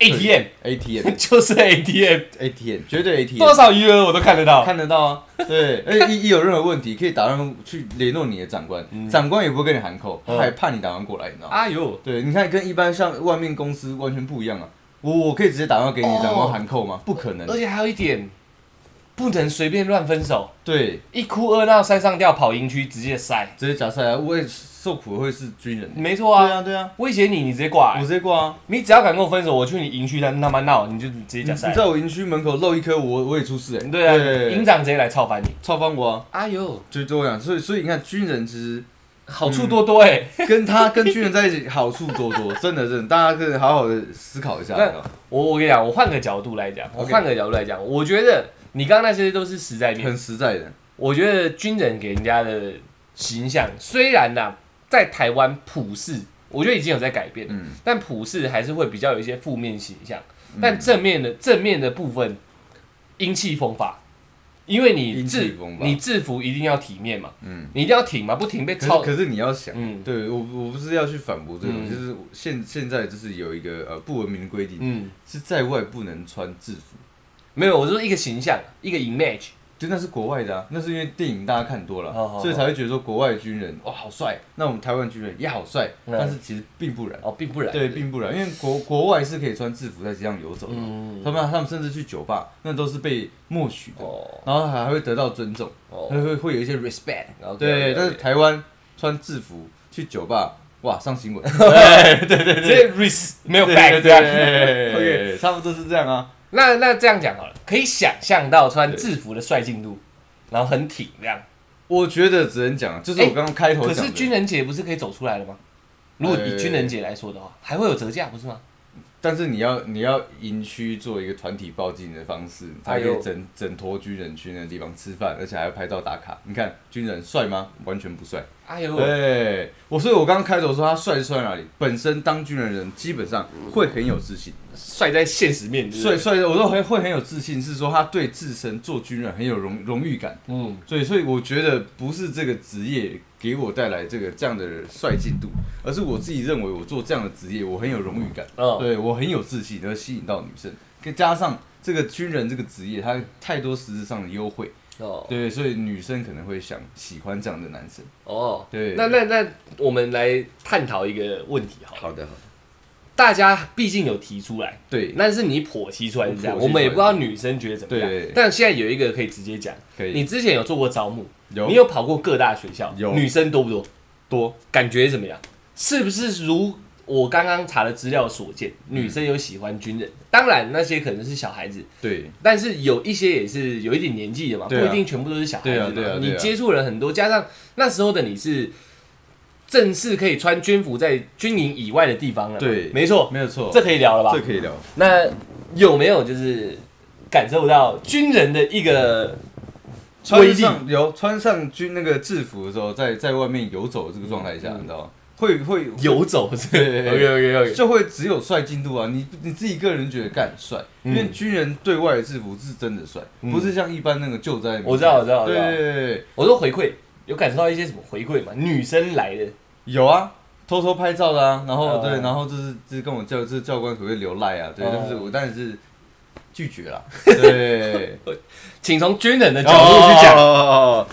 ATM
ATM
就是 ATM，
ATM 绝对 ATM
多少余额我都看得到。
看得到啊，对，而且一一有任何问题可以打电话去联络你的长官，长官也不会跟你喊扣，他
嗯
还怕你打完过来，你知道吗？
哎呦，
对，你看跟一般像外面公司完全不一样啊。我我可以直接打电话给你，
哦
长官喊扣吗？不可能
而。且还有一点，不能随便乱分手，
对，
一哭二闹三上吊，跑营区直接塞。
直接假赛啊！我也受苦的会是军人。
没错
对
啊，
啊，对啊，
威胁你，你直接挂、
我直接挂啊！
你只要敢跟我分手，我去你营区他他妈闹，你就直接
你
假
你
哎塞。
在我营区门口漏一颗，我我也出事哎。
嗯对啊，营长直接来操翻你。
超翻我啊！
哎呦，
就这样，所以所以你看，军人其实
好处多多哎、
跟他跟军人在一起好处多多，真的真的，大家可以好好的思考一下。
那
你知道吗
我我跟你讲，我换个角度来讲，我
OK
换个角度来讲，我觉得你刚刚那些都是实在面，
很实在的，
我觉得军人给人家的形象，虽然呐、在台湾普世，我觉得已经有在改变，
嗯
但普世还是会比较有一些负面形象。但正面的正面的部分，英气风发，因为你
英
制
气风发
你制服一定要体面嘛，
嗯。
你一定要挺嘛，不挺被
可是
操。
可是你要想，
欸嗯
对我我不是要去反驳这种，
嗯
就是现现在就是有一个呃不文明的规定，
嗯，
是在外不能穿制服，
没有，我说一个形象，一个 image。
就那是国外的啊，那是因为电影大家看多了，
好好好
所以才会觉得说国外的军人哇好帅，那我们台湾军人也好帅，
嗯
但是其实并不然，
哦，并不然。
对，并不然，因为国国外是可以穿制服在街上游走的，
嗯，
他们他们甚至去酒吧，那都是被默许的，
哦
然后还会得到尊重，
哦，
会会会有一些 respect，
然后
对，但是台湾穿制服去酒吧，哇上新闻。
直接 ris 没有
对
back
对
这
对
样。
对对，差不多是这样啊。
那那这样讲好了，可以想象到穿制服的帅劲度，然后很挺这样。
我觉得只能讲，哎就是我刚刚开头
可
讲的，
是军人节不是可以走出来了吗？如果以军人节来说的话，
呃
还会有折价不是吗？
但是你要你要营区做一个团体报警的方式，才
哎
可
呦
以整整坨军人去那个地方吃饭，而且还要拍照打卡。你看军人帅吗？完全不帅。
哎呦，
呃对，我所以，我刚刚开头说他帅是帅在哪里？本身当军人的人基本上会很有自信，
帅在现实面，对不
帅
对，
帅，我说会会很有自信，是说他对自身做军人很有荣荣誉感。
嗯，
所以，所以我觉得不是这个职业给我带来这个这样的帅气度，而是我自己认为我做这样的职业，我很有荣誉感，
哦
对我很有自信，而吸引到女生。再加上这个军人这个职业，他太多实质上的优惠，
哦
对，所以女生可能会想喜欢这样的男生。
哦，
对
那那那我们来探讨一个问题好了，
的，好的，
大家毕竟有提出来，
对，
但是你剖析出来是这样，
我剖析
我
出来
们也不知道女生觉得怎么样
对，
但现在有一个可以直接讲，
可
你
以。
之前有做过招募，
有
你有跑过各大学校，
有
女生多不多？
多
感觉怎么样？是不是如我刚刚查的资料所见，
嗯
女生有喜欢军人？当然，那些可能是小孩子，
对
但是有一些也是有一点年纪的嘛，不
对啊
一定全部都是小孩子嘛。
对啊对啊对啊
你接触了很多，加上那时候的你是正式可以穿军服在军营以外的地方了嘛。
对
没错，
没有错，
这可以聊了吧
这？可以聊。
那有没有就是感受到军人的一个威
穿
力？
上有穿上军那个制服的时候，在在外面游走的这个状态下，你知道吗？会会
游走是
对 对对
OK OK OK，
就会只有帅进度啊！你你自己个人觉得干帅，因为
嗯
军人对外的制服是真的帅，
嗯
不是像一般那个救灾。
我知道我知道我
对
知道
对对对对，
我说回馈有感受到一些什么回馈吗？女生来的
有啊，偷偷拍照的啊，然后
哦
对，然后就是就是跟我教就是教官可不可以留赖啊？对，
哦
但是我当然是拒绝了。对，
请从军人的角
哦
度去讲，
讲，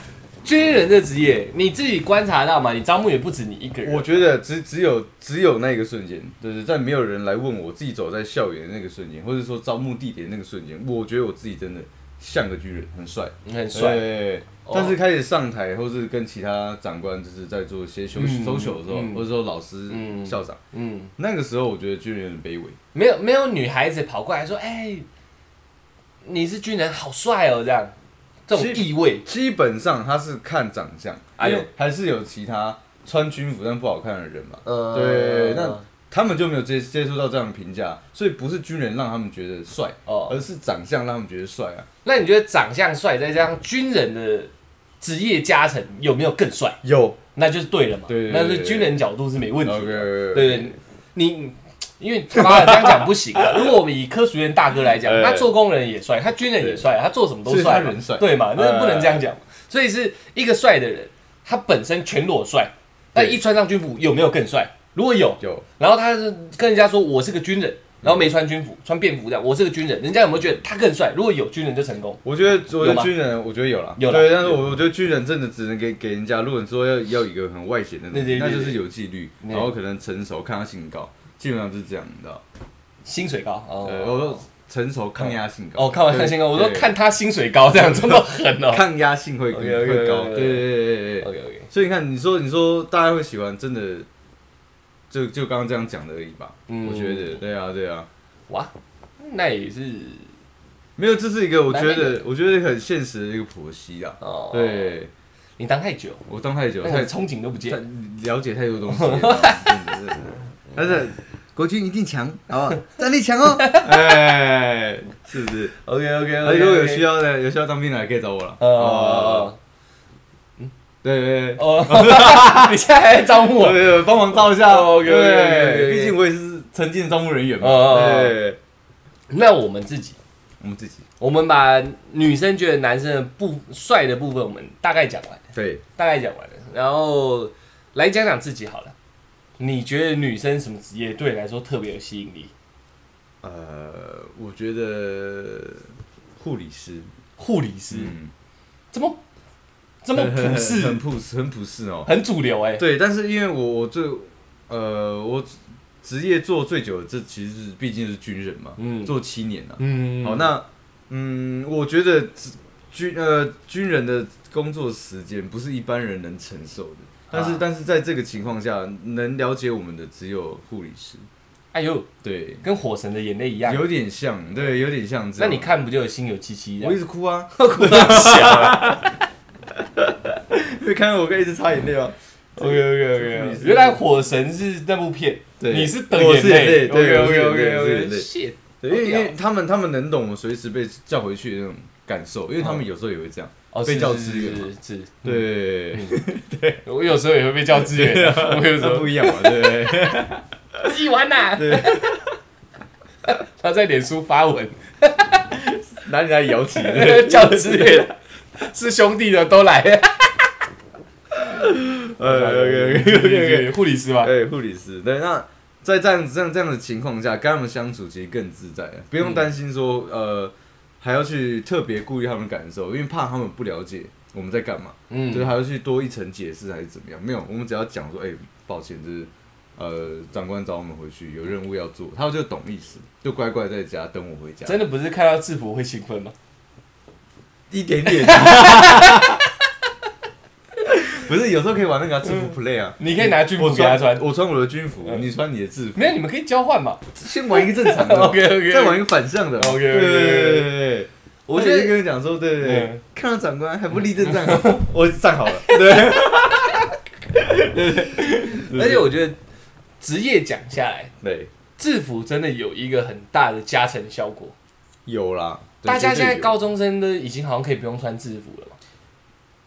军人的职业你自己观察到嘛？你招募也不止你一个人，
我觉得只只有只有那个瞬间，就是在没有人来问我自己走在校园的那个瞬间，或者说招募地点那个瞬间，我觉得我自己真的像个军人，很帅。
你很帅，
对
哦
但是开始上台，或是跟其他长官，就是在做一些休息、
嗯
social 的时候，
嗯
或者说老师、
嗯
校长，
嗯，
那个时候我觉得军人有点卑微。
没有没有女孩子跑过来说，哎、你是军人，好帅哦，这样这种
其实
意味，
基本上他是看长相，
哎呦
因为还是有其他穿军服但不好看的人嘛。
呃，
对，那他们就没有接接触到这样的评价，所以不是军人让他们觉得帅，
哦
而是长相让他们觉得帅啊。
那你觉得长相帅，再加上军人的职业加成，有没有更帅？
有
那就是对了嘛。
对对
那
对
是军人角度是没问题的。对
OK，
对，你因为他妈的这样讲不行 啊。如果我们以科学院大哥来讲，
哎
他做工人也帅，他军人也帅，他做什么都帅
所以他
嘛
人帅，
对嘛？那
哎
不能这样讲。所以是一个帅的人，他本身全裸帅，那
对
一穿上军服有没有更帅？如果有，
有
然后他是跟人家说我是个军人，然后没穿军服，穿便服这样，我是个军人，人家有没有觉得他更帅？如果有军人就成功。
我觉得，我觉
有
得
吗
军人，我觉得有了，
有啦
对，但是我我觉得军人真的只能给给人家，如果你说要要一个很外显的东西，
对对对
那就是有纪律，
对
然后可能成熟，抗压性高，基本上就是这样，你知道？
薪水高
对，
哦
我说成熟，抗压性高。
哦，看完看先高，我说
对
看他薪水高这样，真的很哦。
抗压性会更
OK，OK，OK，
会高，
OK，OK，OK
对对对对对。
OK OK，
所以你看，你说你说大家会喜欢，真的就就刚刚这样讲的而已吧？
嗯
我觉得，对啊对啊，
哇，那也是
没有，这是一个我觉
来那
得我觉得很现实的一个剖析啊。
哦。，
对
你当太久，
我当太久
那个
太
憧憬都不
太
见。
了解太多东西 了，真的真的但是国军一定强，好不好？战力强哦！哎，是不是？
OK OK
那如果有需
要，
要的，有需要当兵的，可以找我了。哦
呃，
对对对，
哦， 你现在还在招募
对
我？
对对帮忙照一下。
哦，OK，OK，OK，
对啊
OK，OK，OK
毕竟我也是曾经的招募人员嘛。
哦哦哦
对，
那我们自己，
我们自己
我们把女生觉得男生的部帅的部分，我们大概讲完了，
对
大概讲完了，然后来讲讲自己好了。你觉得女生什么职业对你来说特别有吸引力？
呃，我觉得护理师，
护理师，
嗯，
怎么这么普
很很
世
嗯 很、普世，很普世哦。
很主流哎、
对，但是因为我我最呃我职业做最久的，这其实是毕竟是军人嘛，
嗯
做七年啊了、
嗯，
好，那嗯，我觉得只军呃军人的工作时间不是一般人能承受的，但是、
啊
但是在这个情况下，能了解我们的只有护理师，
哎呦，
对，
跟火神的眼泪一样。
有点像，对，有点像这
那
样。
你，看不就有心有戚戚这
我一
样？
直哭啊，
哭到笑。
因为看到我哥一直擦眼泪啊。
OK OK OK，原来火神是那部片，
对
你是等
我是
泪。
眼泪对
OK
我是
OK
眼
OK
泪我是
OK，
眼泪
shit，
对，因为
好
因
屌
为他们他们能懂我们随时被叫回去的那种感受，因为他们有时候也会这样。
哦，
被
是
叫
是
资
是
源
是是，
对，
嗯我有时候也会被叫资源，我有时
那
候
不一样嘛，对不对？
一完呐。 他在脸书发文
拿你来摇旗，对不 对
叫资源， 是兄弟的都来。哎
呃，OK OK OK，
护理师吧。
对，哎护理师，对，那在这样这样这样的情况下，跟他们相处其实更自在了，不用担心
嗯
说呃还要去特别顾虑他们感受，因为怕他们不了解我们在干嘛，
嗯
就是还要去多一层解释还是怎么样？没有，我们只要讲说，哎，抱歉，就是。呃，长官找我们回去，有任务要做，他们就懂意思，就乖乖在家等我回家。
真的不是看到制服会兴奋吗？
一 点点。不是，有时候可以玩那个啊制服 play 啊。
你可以拿军服
我
给他穿，
我穿我的军服，
嗯
你穿你的制服。
没有，你们可以交换嘛。
先玩一个正常 的
OK，
再玩一个反向的。
OK，OK，OK
对对对对
我
我
觉
就
得
跟你讲说，对对对
嗯，
看到长官还不立正站好， 我站好了。对，
而且我觉得职业讲下来，
对，
制服真的有一个很大的加成效果。
有啦，对
大家现在，
绝对有
高中生都已经好像可以不用穿制服了嘛？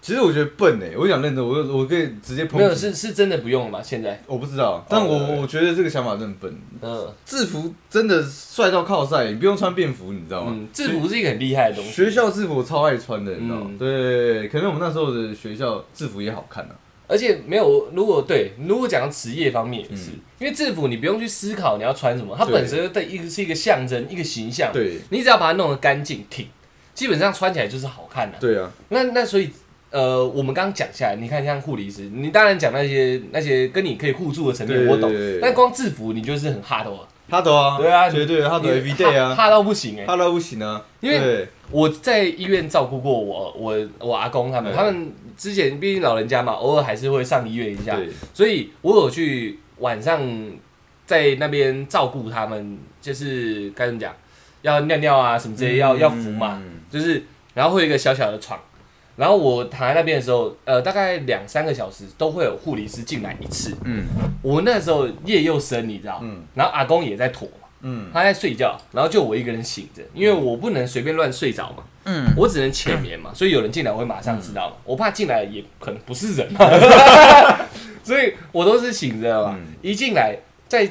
其实我觉得笨哎，我想认真，我我可以直接抨击
没有，是是真的不用了嘛？现在，
我不知道，但
对
我、
对对
我觉得这个想法真的笨。
嗯
制服真的帅到靠晒，你不用穿便服，你知道吗？
嗯，制服是一个很厉害的东西。
学校制服我超爱穿的，你知道吗？
嗯
对，可能我们那时候的学校制服也好看啊。
而且没有，如果对，如果讲到职业方面也是，因为制服你不用去思考你要穿什么，它
嗯对
本身的一个是一个象征，一个形象，
对，
你只要把它弄得干净挺，基本上穿起来就是好看的、
对啊，
那那所以，呃，我们刚刚讲下来，你看像护理师，你当然讲那些那些跟你可以互助的层面，
对
我懂
对对对。
但光制服你就是很哈的哦，
哈斗啊，
对啊
绝对哈斗
你
every day 啊，
哈到不行哎、
哈到不行啊，
因为
对
我在医院照顾过我我我阿公他们，
嗯
他们之前毕竟老人家嘛，偶尔还是会上医院一下，
对
所以我有去晚上在那边照顾他们，就是该怎么讲，要尿尿啊什么之类，要要扶嘛，，
嗯
就是然后会有一个小小的床，然后我躺在那边的时候，呃，大概两三个小时都会有护理师进来一次。
嗯
我那时候夜又深，你知道，
嗯
然后阿公也在拖嘛，
嗯
他在睡觉，然后就我一个人醒着，因为我不能随便乱睡着嘛，
嗯，
我只能浅眠嘛，所以有人进来我会马上知道嘛，我怕进来也可能不是人， 所以我都是醒着嘛，
嗯
一进来在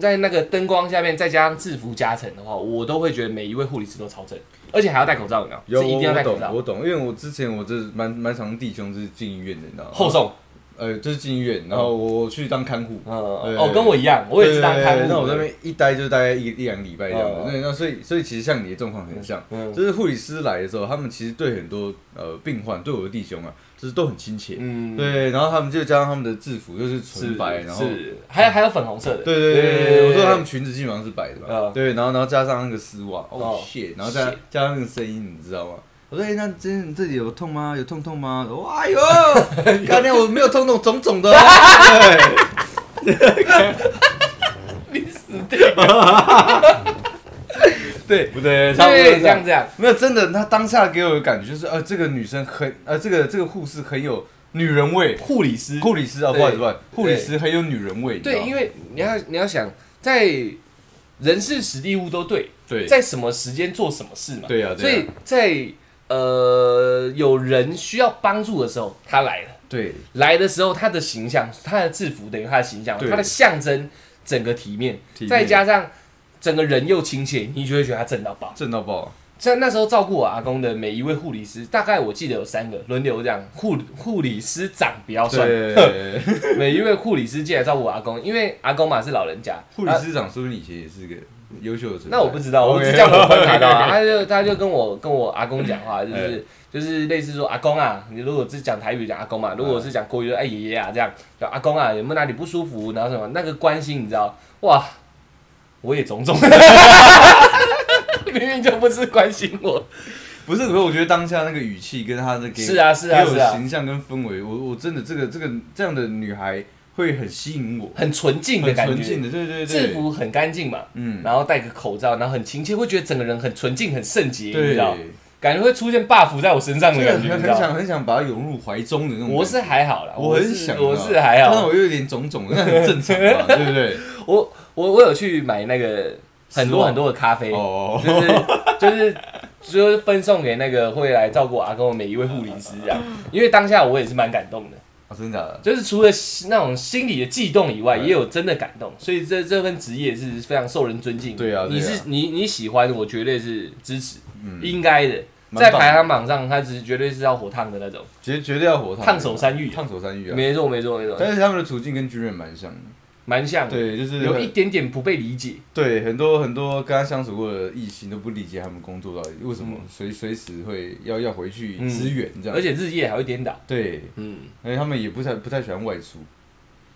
在那个灯光下面再加上制服加成的话，我都会觉得每一位护理师都超正，而且还要戴口罩，有没有？
有
是一定要
我
戴口
懂
罩，
我懂，因为我之前我这蛮蛮常弟兄就是进医院的，你知道吗？
后送，
呃就是进医院，然后我去当看护，
嗯，
对
哦，跟我一样，我也是当看护的，
那我那边一待就待一一两个礼拜这样
嗯
子。对，那所以所以其实像你的状况很像，
嗯
就是护理师来的时候，他们其实对很多呃病患，对我的弟兄啊，就是都很亲切。
嗯，
对，然后他们就加上他们的制服就是
是，
纯白，然后
是还有还有粉红色的，
对对对对对，我说他们裙子基本上是白的嘛
嗯，
对，然后然后加上那个丝袜，
哦
哦 shit，然后加
shit
加上那个声音，你知道吗？我说哎，那真这里有痛吗？有痛痛吗？我说哎 呦，刚才我没有痛痛，肿肿的哦。 对
你死定了，对，
不对？差不多
对，
是
这
这
样
样。
这样。
没有，真的，她当下给我的感觉就是，呃，这个女生很，呃，这个这个护士很有女人味，
护理师，
护理师啊，
对
不好意思，不好意思，
对
护理师很有女人味，
对，因
为
为你要你要想，在人事实地物都对，
对
在什么时间做什么事嘛。
对啊
所
对啊
以在呃有人需要帮助的时候，他来了。
对
来的时候，他的形象，他的制服等于他的形象，
对
他的象征整个体面，
体面
再加上整个人又亲切，你就会觉得他正到爆。
正到 爆，
像那时候照顾我阿公的每一位护理师，大概我记得有三个轮流这样，护护理师长不要算，
对，
每一位护理师进来照顾我阿公，因为阿公嘛是老人家，
护理
啊
师长说不定以前也是个优秀的存在
那我不知道，我
OK
只叫我观察到啊，他就他就跟我跟我阿公讲话，就是
哎
就是类似说阿公啊，你如果是讲台语讲阿公嘛，如果是讲国语就哎爷爷啊这样，叫阿公啊有没有哪里不舒服，然后什么那个关心你知道，哇，我也种种， 明明就不是关心我，
不是，可是我觉得当下那个语气跟她的给
是啊是啊
给我
是啊
的形象跟氛围，我我真的这个这个这样的女孩会很吸引我，
很纯净的
很
感
纯
觉
净，的，对对对，
制服很干净嘛，
嗯，
然后戴个口罩，然后很亲切，会觉得整个人很纯净、很圣洁，你知
对，
道，感觉会出现 buff 在我身上的
这个
感觉，
很
你知道
很
吗。
想很想把她涌入怀中的那种感觉。
我是还好啦，
我
是
很想啊，
我是还
但
好，
我又有点肿肿的，那很正常 嘛，对不对？
我我我有去买那个很
丝
多
袜
很多的咖啡，
哦，
就是就是就是分送给那个会来照顾我阿公的每一位护理师这样，因为当下我也是蛮感动的，
哦真的假的？
就是除了那种心理的悸动以外，
嗯
也有真的感动，所以这这份职业是非常受人尊敬。
对啊对
你
啊
是你你喜欢，我绝对是支持，
嗯
应该的。
蛮
在
棒
排行榜上，他只是绝对是要火烫的那种，
绝绝对要火烫，
烫手山芋啊
烫手山芋啊！
没错没错没错，
但是他们的处境跟军人蛮像的，
蛮像的，
对，就是
有
很
一点点不被理解。
对很多很多跟他相处过的异性都不理解他们工作到底为什么随随时会要要回去支援这
嗯
样，
而且日夜还会颠倒。
对，
嗯，
而且他们也不太不太喜欢外出，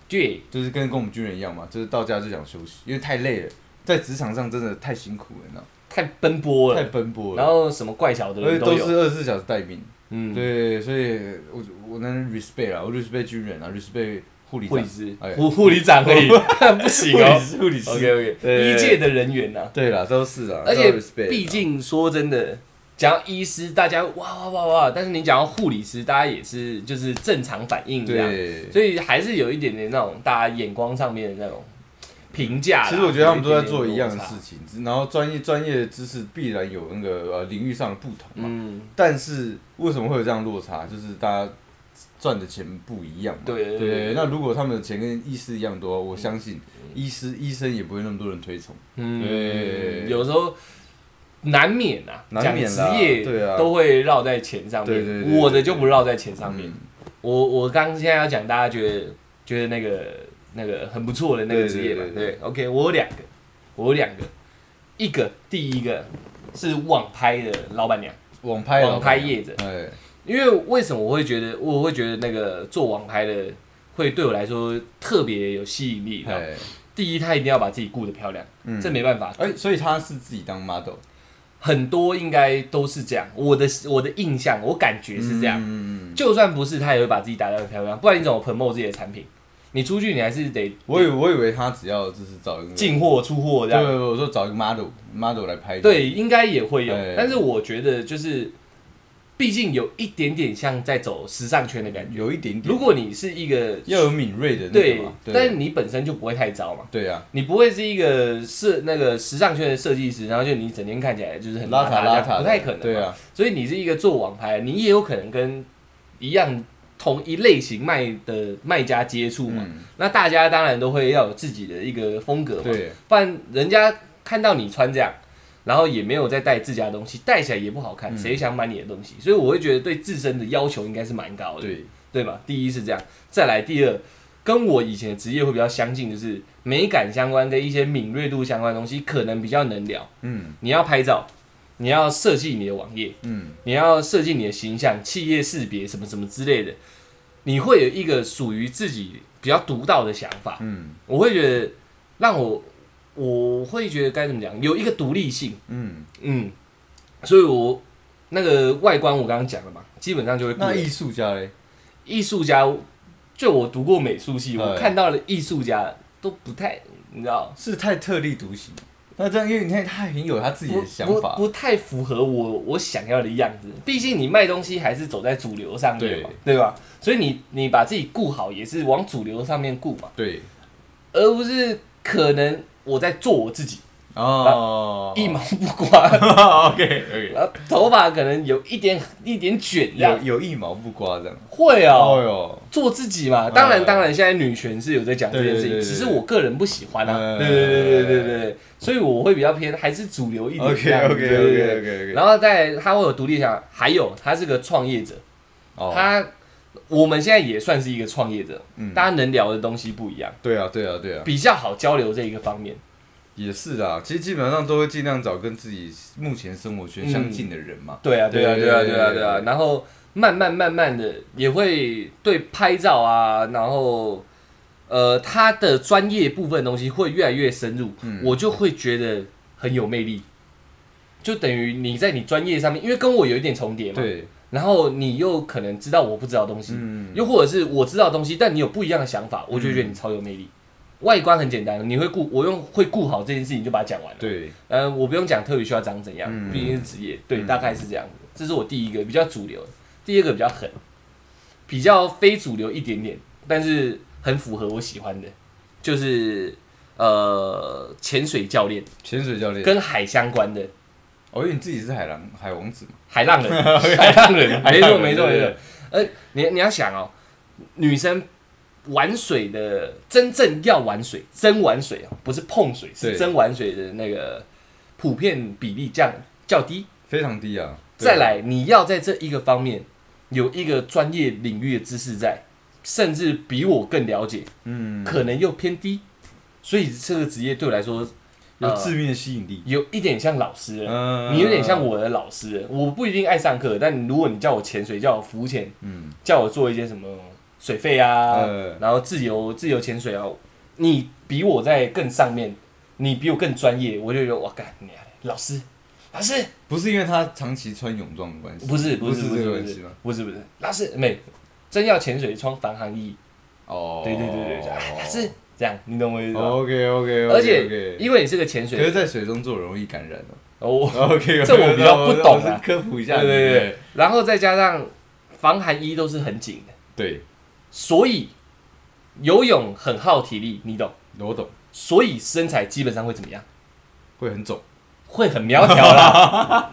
对，
就是跟跟我们军人一样嘛，就是到家就想休息，因为太累了，在职场上真的太辛苦了，你知道吗
太奔波
太
了，
奔波
然
了，
后什么怪小的
而且
人都
都
有
是。二十四小时待命。
嗯，
对，所以我我能 respect 啊，我 respect 军人啊，respect 护理
护
长
理师
哎，
护护理长而已， 不行哦。
护理师护理
OK
师
OK，
对对
医界的人员呐，
对啦，都是啊，
而且
都 respect 啊
毕竟说真的，讲到医师，大家哇哇哇哇，但是你讲到护理师，大家也是就是正常反应这样，
对，
所以还是有一点点那种大家眼光上面的那种评价啦。
其实我觉得他们都在
有
做
点
一样的
落差
事。情，只然后专业专业知识必然有那个呃领域上的不同嘛。
嗯，
但是为什么会有这样落差？就是大家赚的钱不一样嘛。
对对
对
对对
那如果他们的钱跟医师一样多，我相信医师医生也不会那么多人推崇。
嗯，
对
有时候难免啊，
难免
讲职
啦
业
对啊
都会绕在钱上面，
对对对
我的就不绕在钱上面。
嗯
我我刚现在要讲，大家觉得觉得那个那个很不错的那个职业嘛，
对对对
对，OK，我有两个，我有两个，一个第一个是网拍的老板娘，
网拍老
网拍
板
业者，
哎，
因为为什么我会觉得我会觉得那个做网拍的会对我来说特别有吸引力？
哎，
第一，他一定要把自己顾得漂亮，
嗯
这没办法，
哎，所以他是自己当 model
很多应该都是这样。我的我的印象，我感觉是这样。
嗯，
就算不是，他也会把自己打扮得漂亮，不然你怎么 promote 自己的产品？你出去你还是得
我以为我以为他只要就是找一个
嗯进货出货这
对，
样。
我说找一个 model model 来拍。
对，，应该也会有
哎，
但是我觉得就是，毕竟有一点点像在走时尚圈的感觉。
有一点点。
如果你是一个
要嗯有敏锐的那
对
个嘛，，
但你本身就不会太糟嘛。
对啊，
你不会是一个设那个时尚圈的设计师，然后就你整天看起来就是很
邋
遢
遢
这样
邋遢的，
不太可能。
对，啊，
所以你是一个做网拍，你也有可能跟一样同一类型卖的卖家接触嘛。
嗯，
那大家当然都会要有自己的一个风格嘛，
对，
不然人家看到你穿这样，然后也没有再带自家的东西，带起来也不好看，
嗯
谁想买你的东西？所以我会觉得对自身的要求应该是蛮高的，
对，
对吧？第一是这样，再来第二。跟我以前的职业会比较相近，就是美感相关跟一些敏锐度相关的东西，可能比较能聊。
嗯
你要拍照，你要设计你的网页，
嗯，
你要设计你的形象、企业识别什么什么之类的，你会有一个属于自己比较独到的想法。
嗯
我会觉得让我，我会觉得该怎么讲，有一个独立性。
嗯，
嗯，所以我那个外观我刚刚讲了嘛，基本上就会顾
那
了
艺术家嘞，
艺术家，就我读过美术系，
哎
我看到了艺术家都不太，你知道。
是太特立独行。那这样，因为你看他很有他自己
不
的想
不
法，
不太符合我我想要的样子。毕竟你卖东西还是走在主流上面嘛，对吧？所以你你把自己顾好，也是往主流上面顾嘛，
对，
而不是可能我在做我自己，
哦，
一 毛不刮，
，OK OK，
然后头发可能有一点一点卷这
有
样，
有一毛不刮这样，
会
哦
哦。
哟，
做自己嘛，当然，
哎
当然，现在女权是有在讲这件事
对
情，
对对对
只是我个人不喜欢啊。
哎
对对对对对对对，所以我会比较偏还是主流一点这
OK
样。
OK
对对对
OK OK，
然后再来他会有独立想，还有他是个创业者，
后
他我们现在也算是一个创业者，
嗯
大家能聊的东西不一样，
对啊对啊对啊，
比较好交流这一个方面。
也是啊，其实基本上都会尽量找跟自己目前生活圈相近的人嘛，
对啊，对啊，
对
对啊，
对
对啊，
对
对啊
对。
然后慢慢慢慢的也会对拍照啊，然后呃他的专业部分的东西会越来越深入，
嗯
我就会觉得很有魅力。就等于你在你专业上面，因为跟我有一点重叠嘛，
对，
然后你又可能知道我不知道的东西，
嗯，
又或者是我知道的东西，但你有不一样的想法，我就觉得你超有魅力。外观很简单，你会顾我用会顾好这件事情就把它讲完了。
对，
呃，我不用讲特别需要长怎样，
嗯
毕竟是职业，对，大概是这样子。这是我第一个比较主流的，第二个比较狠，比较非主流一点点，但是很符合我喜欢的，就是呃潜水教练
潜水教练，
跟海相关的
哦，因为你自己是海狼海王子嘛，
海浪 人，海浪人，没错没错
对
没
对
错
对。
呃，你你要想哦，女生玩水的真正要玩水，真玩水哦，不是碰水，是
对
真玩水的那个普遍比例降较低。
非常低啊，对
再，
啊
来，你要在这一个方面有一个专业领域的知识在，甚至比我更了解，
嗯，
可能又偏低，所以这个职业对我来说
有
呃
致命的吸引力，
有一点像老师了。
嗯
你有点像，我的老师了，我不一定爱上课，但如果你叫我潜水，叫我浮潜，
嗯，
叫我做一些什么水费啊，
呃
然后自由自由潜水啊，你比我在更上面，你比我更专业，我就觉得哇，干你啊老师，老师，
不是因为他长期穿泳装的关系，
不是
不
不是不
这
是
个
不
关系
是
吗？
不是不是，那是没真要潜水穿防寒衣，
哦，
对对对对对，啊是这样，你懂我意思吗？
，OK OK，
而且因为你是个潜
可是，
水，
在水中做容易感染的
哦，
，OK，
这我比较不懂啊
科普
对
一下，
对对，然后再加上防寒衣都是很紧的，
对，
所以游泳很耗体力，你懂？
我懂，
所以身材基本上会怎么样？
会很肿。
会很苗条啦，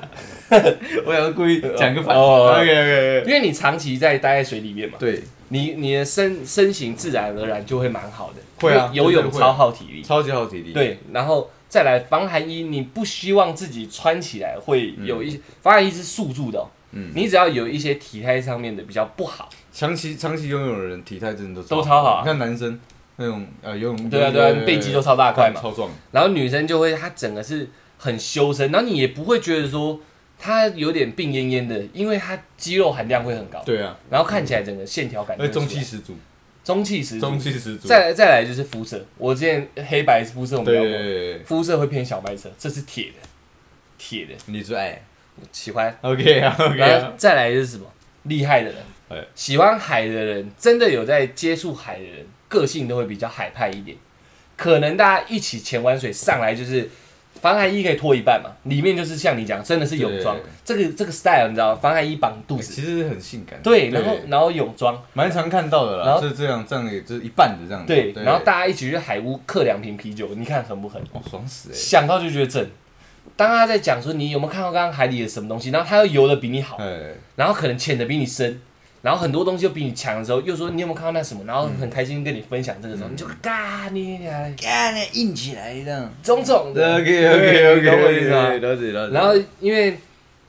我想故意讲个反。
哦
OK OK OK。
因为你长期在待在水里面嘛，
对，
你你的身身形自然而然就会蛮好的。
会啊
因为游
真
泳
的会
超耗体力。
超级好体力。，
对，然后再来防寒衣，你不希望自己穿起来会有一些、防寒衣是束住的、哦，
嗯
你只要有一些体态上面的比较不好，
长期长期游泳的人体态真的都
都超好啊
你看男生那种呃游泳，
对啊对啊，背肌都超大块嘛，
超壮。
然后女生就会她整个是很修身，然后你也不会觉得说她有点病恹恹的，因为她肌肉含量会很高，
对啊，
然后看起来整个线条感就
而
会
且哎中
出来
气十足，
中气十足，
中气十足。
再来再来就是肤色，我之前黑白肤色我们
对
聊
对
过，
对对，
肤色会偏小白色，这是铁的，铁的
你最爱。
喜欢。
OK 啊 OK
然后
啊，
再来就是什么厉害的人
哎，
喜欢海的人，真的有在接触海的人，个性都会比较海派一点。可能大家一起潜完水上来就是防寒衣可以脱一半嘛，里面就是像你讲，真的是泳装
对，哎
这个这个 style 你知道吗，防寒衣绑肚子，
其实很性感。
对，然后然后泳装，
蛮常看到的
然
啦，
后
这这样这样也就是一半的这样子。
对，然后大家一起去海屋刻两瓶啤酒，你看狠不狠？
哦爽死哎
想到就觉得正。当他在讲说你有没有看到刚刚海里的什么东西，然后他又游的比你好，
哎，
然后可能潜的比你深，然后很多东西又比你强的时候，又说你有没有看到那什么，然后很开心跟你分享这个时候，你就嘎你俩
干硬起来这样。
种种
OK
的
OK
对
OK
你懂我意
OK，
思吗
了解了解。
然后因为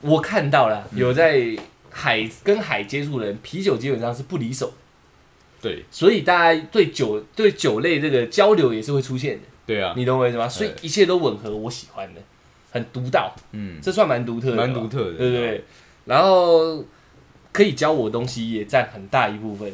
我看到了有在海跟海接触的人，啤酒基本上是不离手，
对
所以大家对酒对酒类这个交流也是会出现的，
对啊，
你懂我意思吗？所以一切都吻合我喜欢的，很独到，
嗯，
这算蛮独特的吧，
蛮独特的
对不对？然后可以教我东西也占很大一部分。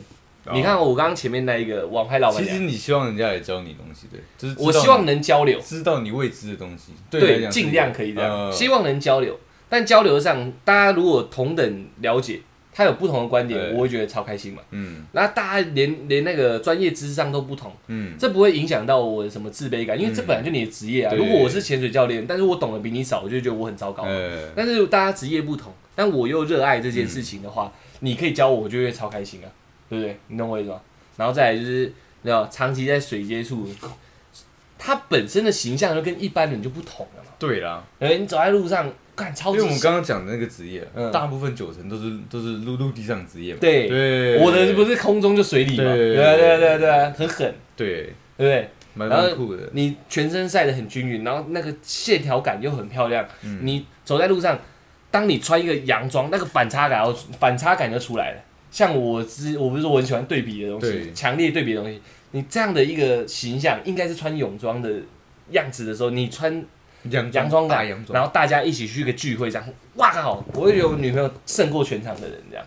哦
你看我刚刚前面那一个网拍老板
其实
娘，
你希望人家来教你东西，对，就是知道
我希望能交流
你，知道你未知的东西，对你来
对，
讲是
尽量可以这样，
呃
希望能交流。但交流上，大家如果同等了解，他有不同的观点，
对
我会觉得超开心嘛。
嗯
那大家连连那个专业知识上都不同，
嗯，
这不会影响到我的什么自卑感，因为这本来就你的职业啊。
对
如果我是潜水教练，但是我懂得比你少，我就觉得我很糟糕。
呃，
但是大家职业不同，但我又热爱这件事情的话，你可以教我，我就会超开心啊，对不对？你懂我意思吗？然后再来就是，你知道，长期在水接触，他本身的形象就跟一般人就不同了嘛。
对啦，
哎，你走在路上，干超
因
级
为我们刚刚讲的那个职业
嗯，
大部分九成都是都是陆陆地上职业嘛，
对
对，
我的不是空中就水里嘛，
对
对啊对啊对啊对啊，很狠，
对，
对不对？
蛮
然后
蛮酷的，
你全身晒得很均匀，然后那个线条感又很漂亮，
嗯
你走在路上，当你穿一个洋装，那个反差感要反差感就出来了。像我之我不是说我很喜欢对比的东西
对，
强烈对比的东西，你这样的一个形象应该是穿泳装的样子的时候，你穿
洋
洋装
大
感，
洋装，
然后大家一起去一个聚会，这样，哇靠！我会觉得我女朋友胜过全场的人，这样，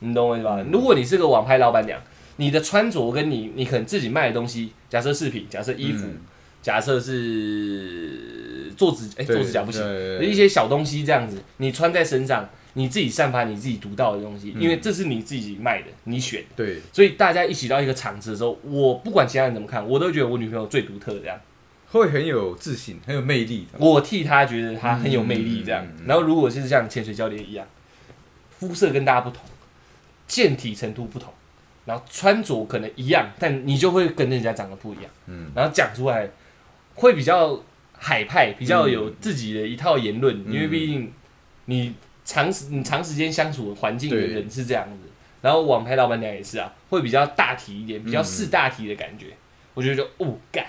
你懂我意思
嗯
吧？如果你是个网拍老板娘，你的穿着跟你你可能自己卖的东西，假设饰品，假设衣服，
嗯
假设是做指哎、
对
做指甲不行，
对对
一些小东西这样子，你穿在身上，你自己散发你自己独到的东西，
嗯
因为这是你自己卖的，你选的，
对，
所以大家一起到一个场子的时候，我不管其他人怎么看，我都觉得我女朋友最独特这样，
会很有自信，很有魅力的，
我替她觉得她很有魅力这样。
嗯嗯嗯嗯
然后如果是像潜水教练一样，肤色跟大家不同，健体程度不同，然后穿着可能一样，但你就会跟人家长得不一样。
嗯
然后讲出来会比较海派，比较有自己的一套言论，
嗯
因为毕竟你长时你长时间相处的环境的
对
人是这样子。然后网拍老板娘也是啊，会比较大体一点，比较
嗯
是大体的感觉。我觉得就哦，干，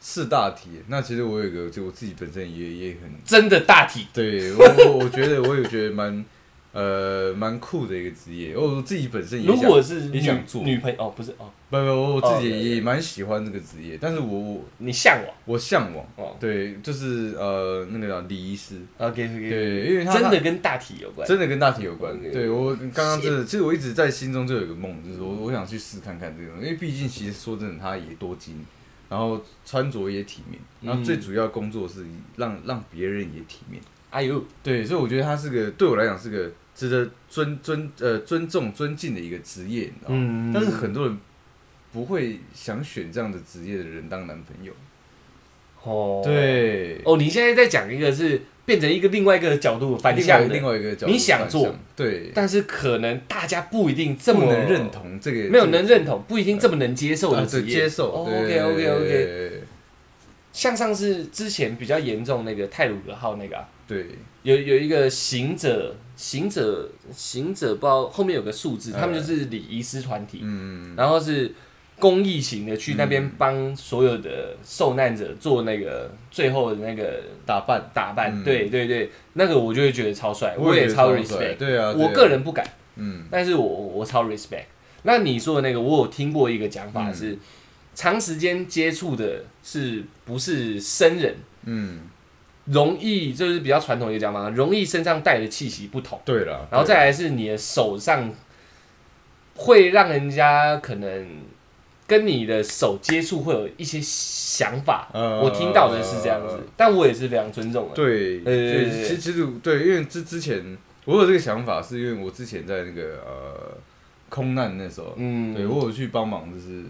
四大题。那其实我有一个，就我自己本身也也 很
真的大体，
对我，我我觉得我也觉得蛮呃蛮酷的一个职业。哦我我自己本身也
如
想，
果是
也
女
想做
女朋友哦，不是哦，
不不，我我自己
哦对
也也蛮喜欢这个职业，但是我我
你向往
我向往，
哦
对，就是呃那个叫礼仪师，
，OK OK，
对，因为他
真的跟大体有关。
真的跟大体有关。
OK
对我刚刚真的，其实我一直在心中就有一个梦，就是我我想去试看看这个东西，因为毕竟其实说真的，它也多金，然后穿着也体面，
嗯
然后最主要工作是让让别人也体面。
哎呦，
对，所以我觉得他是个对我来讲是个值得尊尊呃尊重尊敬的一个职业，你知道吗？
嗯
但是很多人不会想选这样的职业的人当男朋友。
哦，
对，
哦，你现在在讲一个是变成一个另外一个角度反
另外
向
另
的，
外一个角度
你想
反
做
向对，
但是可能大家不一定这
不
么
能认，同这个
没有
这个
能认同，不一定这么能接受
啊
的
对
职业。
接受。
OK OK OK。
OK，
像上次之前比较严重那个泰鲁格号那个啊、
对，
有有一个行者，行者，行者，不知道后面有个数字，
嗯
他们就是礼仪师团体，
嗯，
然后是公益型的，去那边帮所有的受难者做那个最后的那个
打扮，
打扮。
嗯
对对对，那个我就会觉得超帅，我也
觉得
超
帅
respect。
对啊，对
我
啊
个，人不敢，
嗯
但是我我超 respect。那你说的那个，我有听过一个讲
嗯
法是，长时间接触的是不是生人，
嗯，
容易就是比较传统一个讲法，容易身上带的气息不同，
对了，
然后
对
再来是你的手上会让人家可能跟你的手接触会有一些想法。
呃
我听到的是这样子，但我也是非常尊重的。
对，
对对对
对，其其实对，因为之之前我有这个想法，是因为我之前在那个呃空难那时候，
嗯，
对我有去帮忙，就是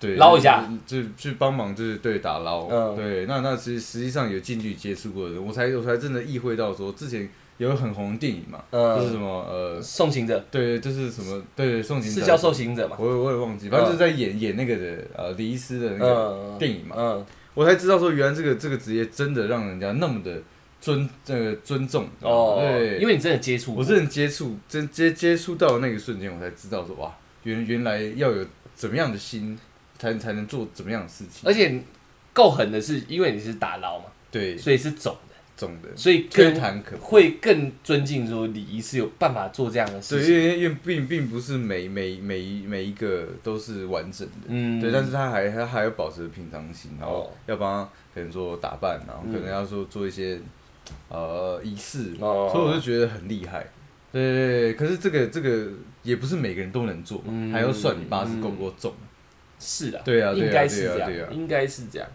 对
捞一下，
就是就去帮忙，就是对打捞，
嗯
对，那那其实实际上有近距离接触过的人，我才我才真的意会到说，之前有很红的电影嘛，
嗯
就是什么呃，
送行者
对，就是什么对送行
是
者
叫送行者嘛？
我也我也忘记，反正就是在演、演那个的呃李医师的那个
嗯，
电影嘛，
嗯
我才知道说原来这个这个职业真的让人家那么的尊呃尊重
哦，
对，
因为你真的接触过，
我真的接触真接接触到那个瞬间，我才知道说哇，原原来要有怎么样的心，才才能做怎么样的事情，
而且够狠的是，因为你是打捞嘛，
对
所以是走的，
总的
所以
天
更
谈可破。
会更尊敬说礼仪是有办法做这样的
对，
事情。
因为因为并并不是每每每一每一个都是完整的，
嗯，
对，但是他还他还要保持平常心，然
哦嗯
后要帮他可能做打扮，然后可能要说做一些、呃仪式，
哦
所以我就觉得很厉害。对对对，可是这个这个也不是每个人都能做嘛，
嗯
还要算你八字够不够重。
是的，
对啊对啊
应该是这
对啊对啊
样，应该是这样。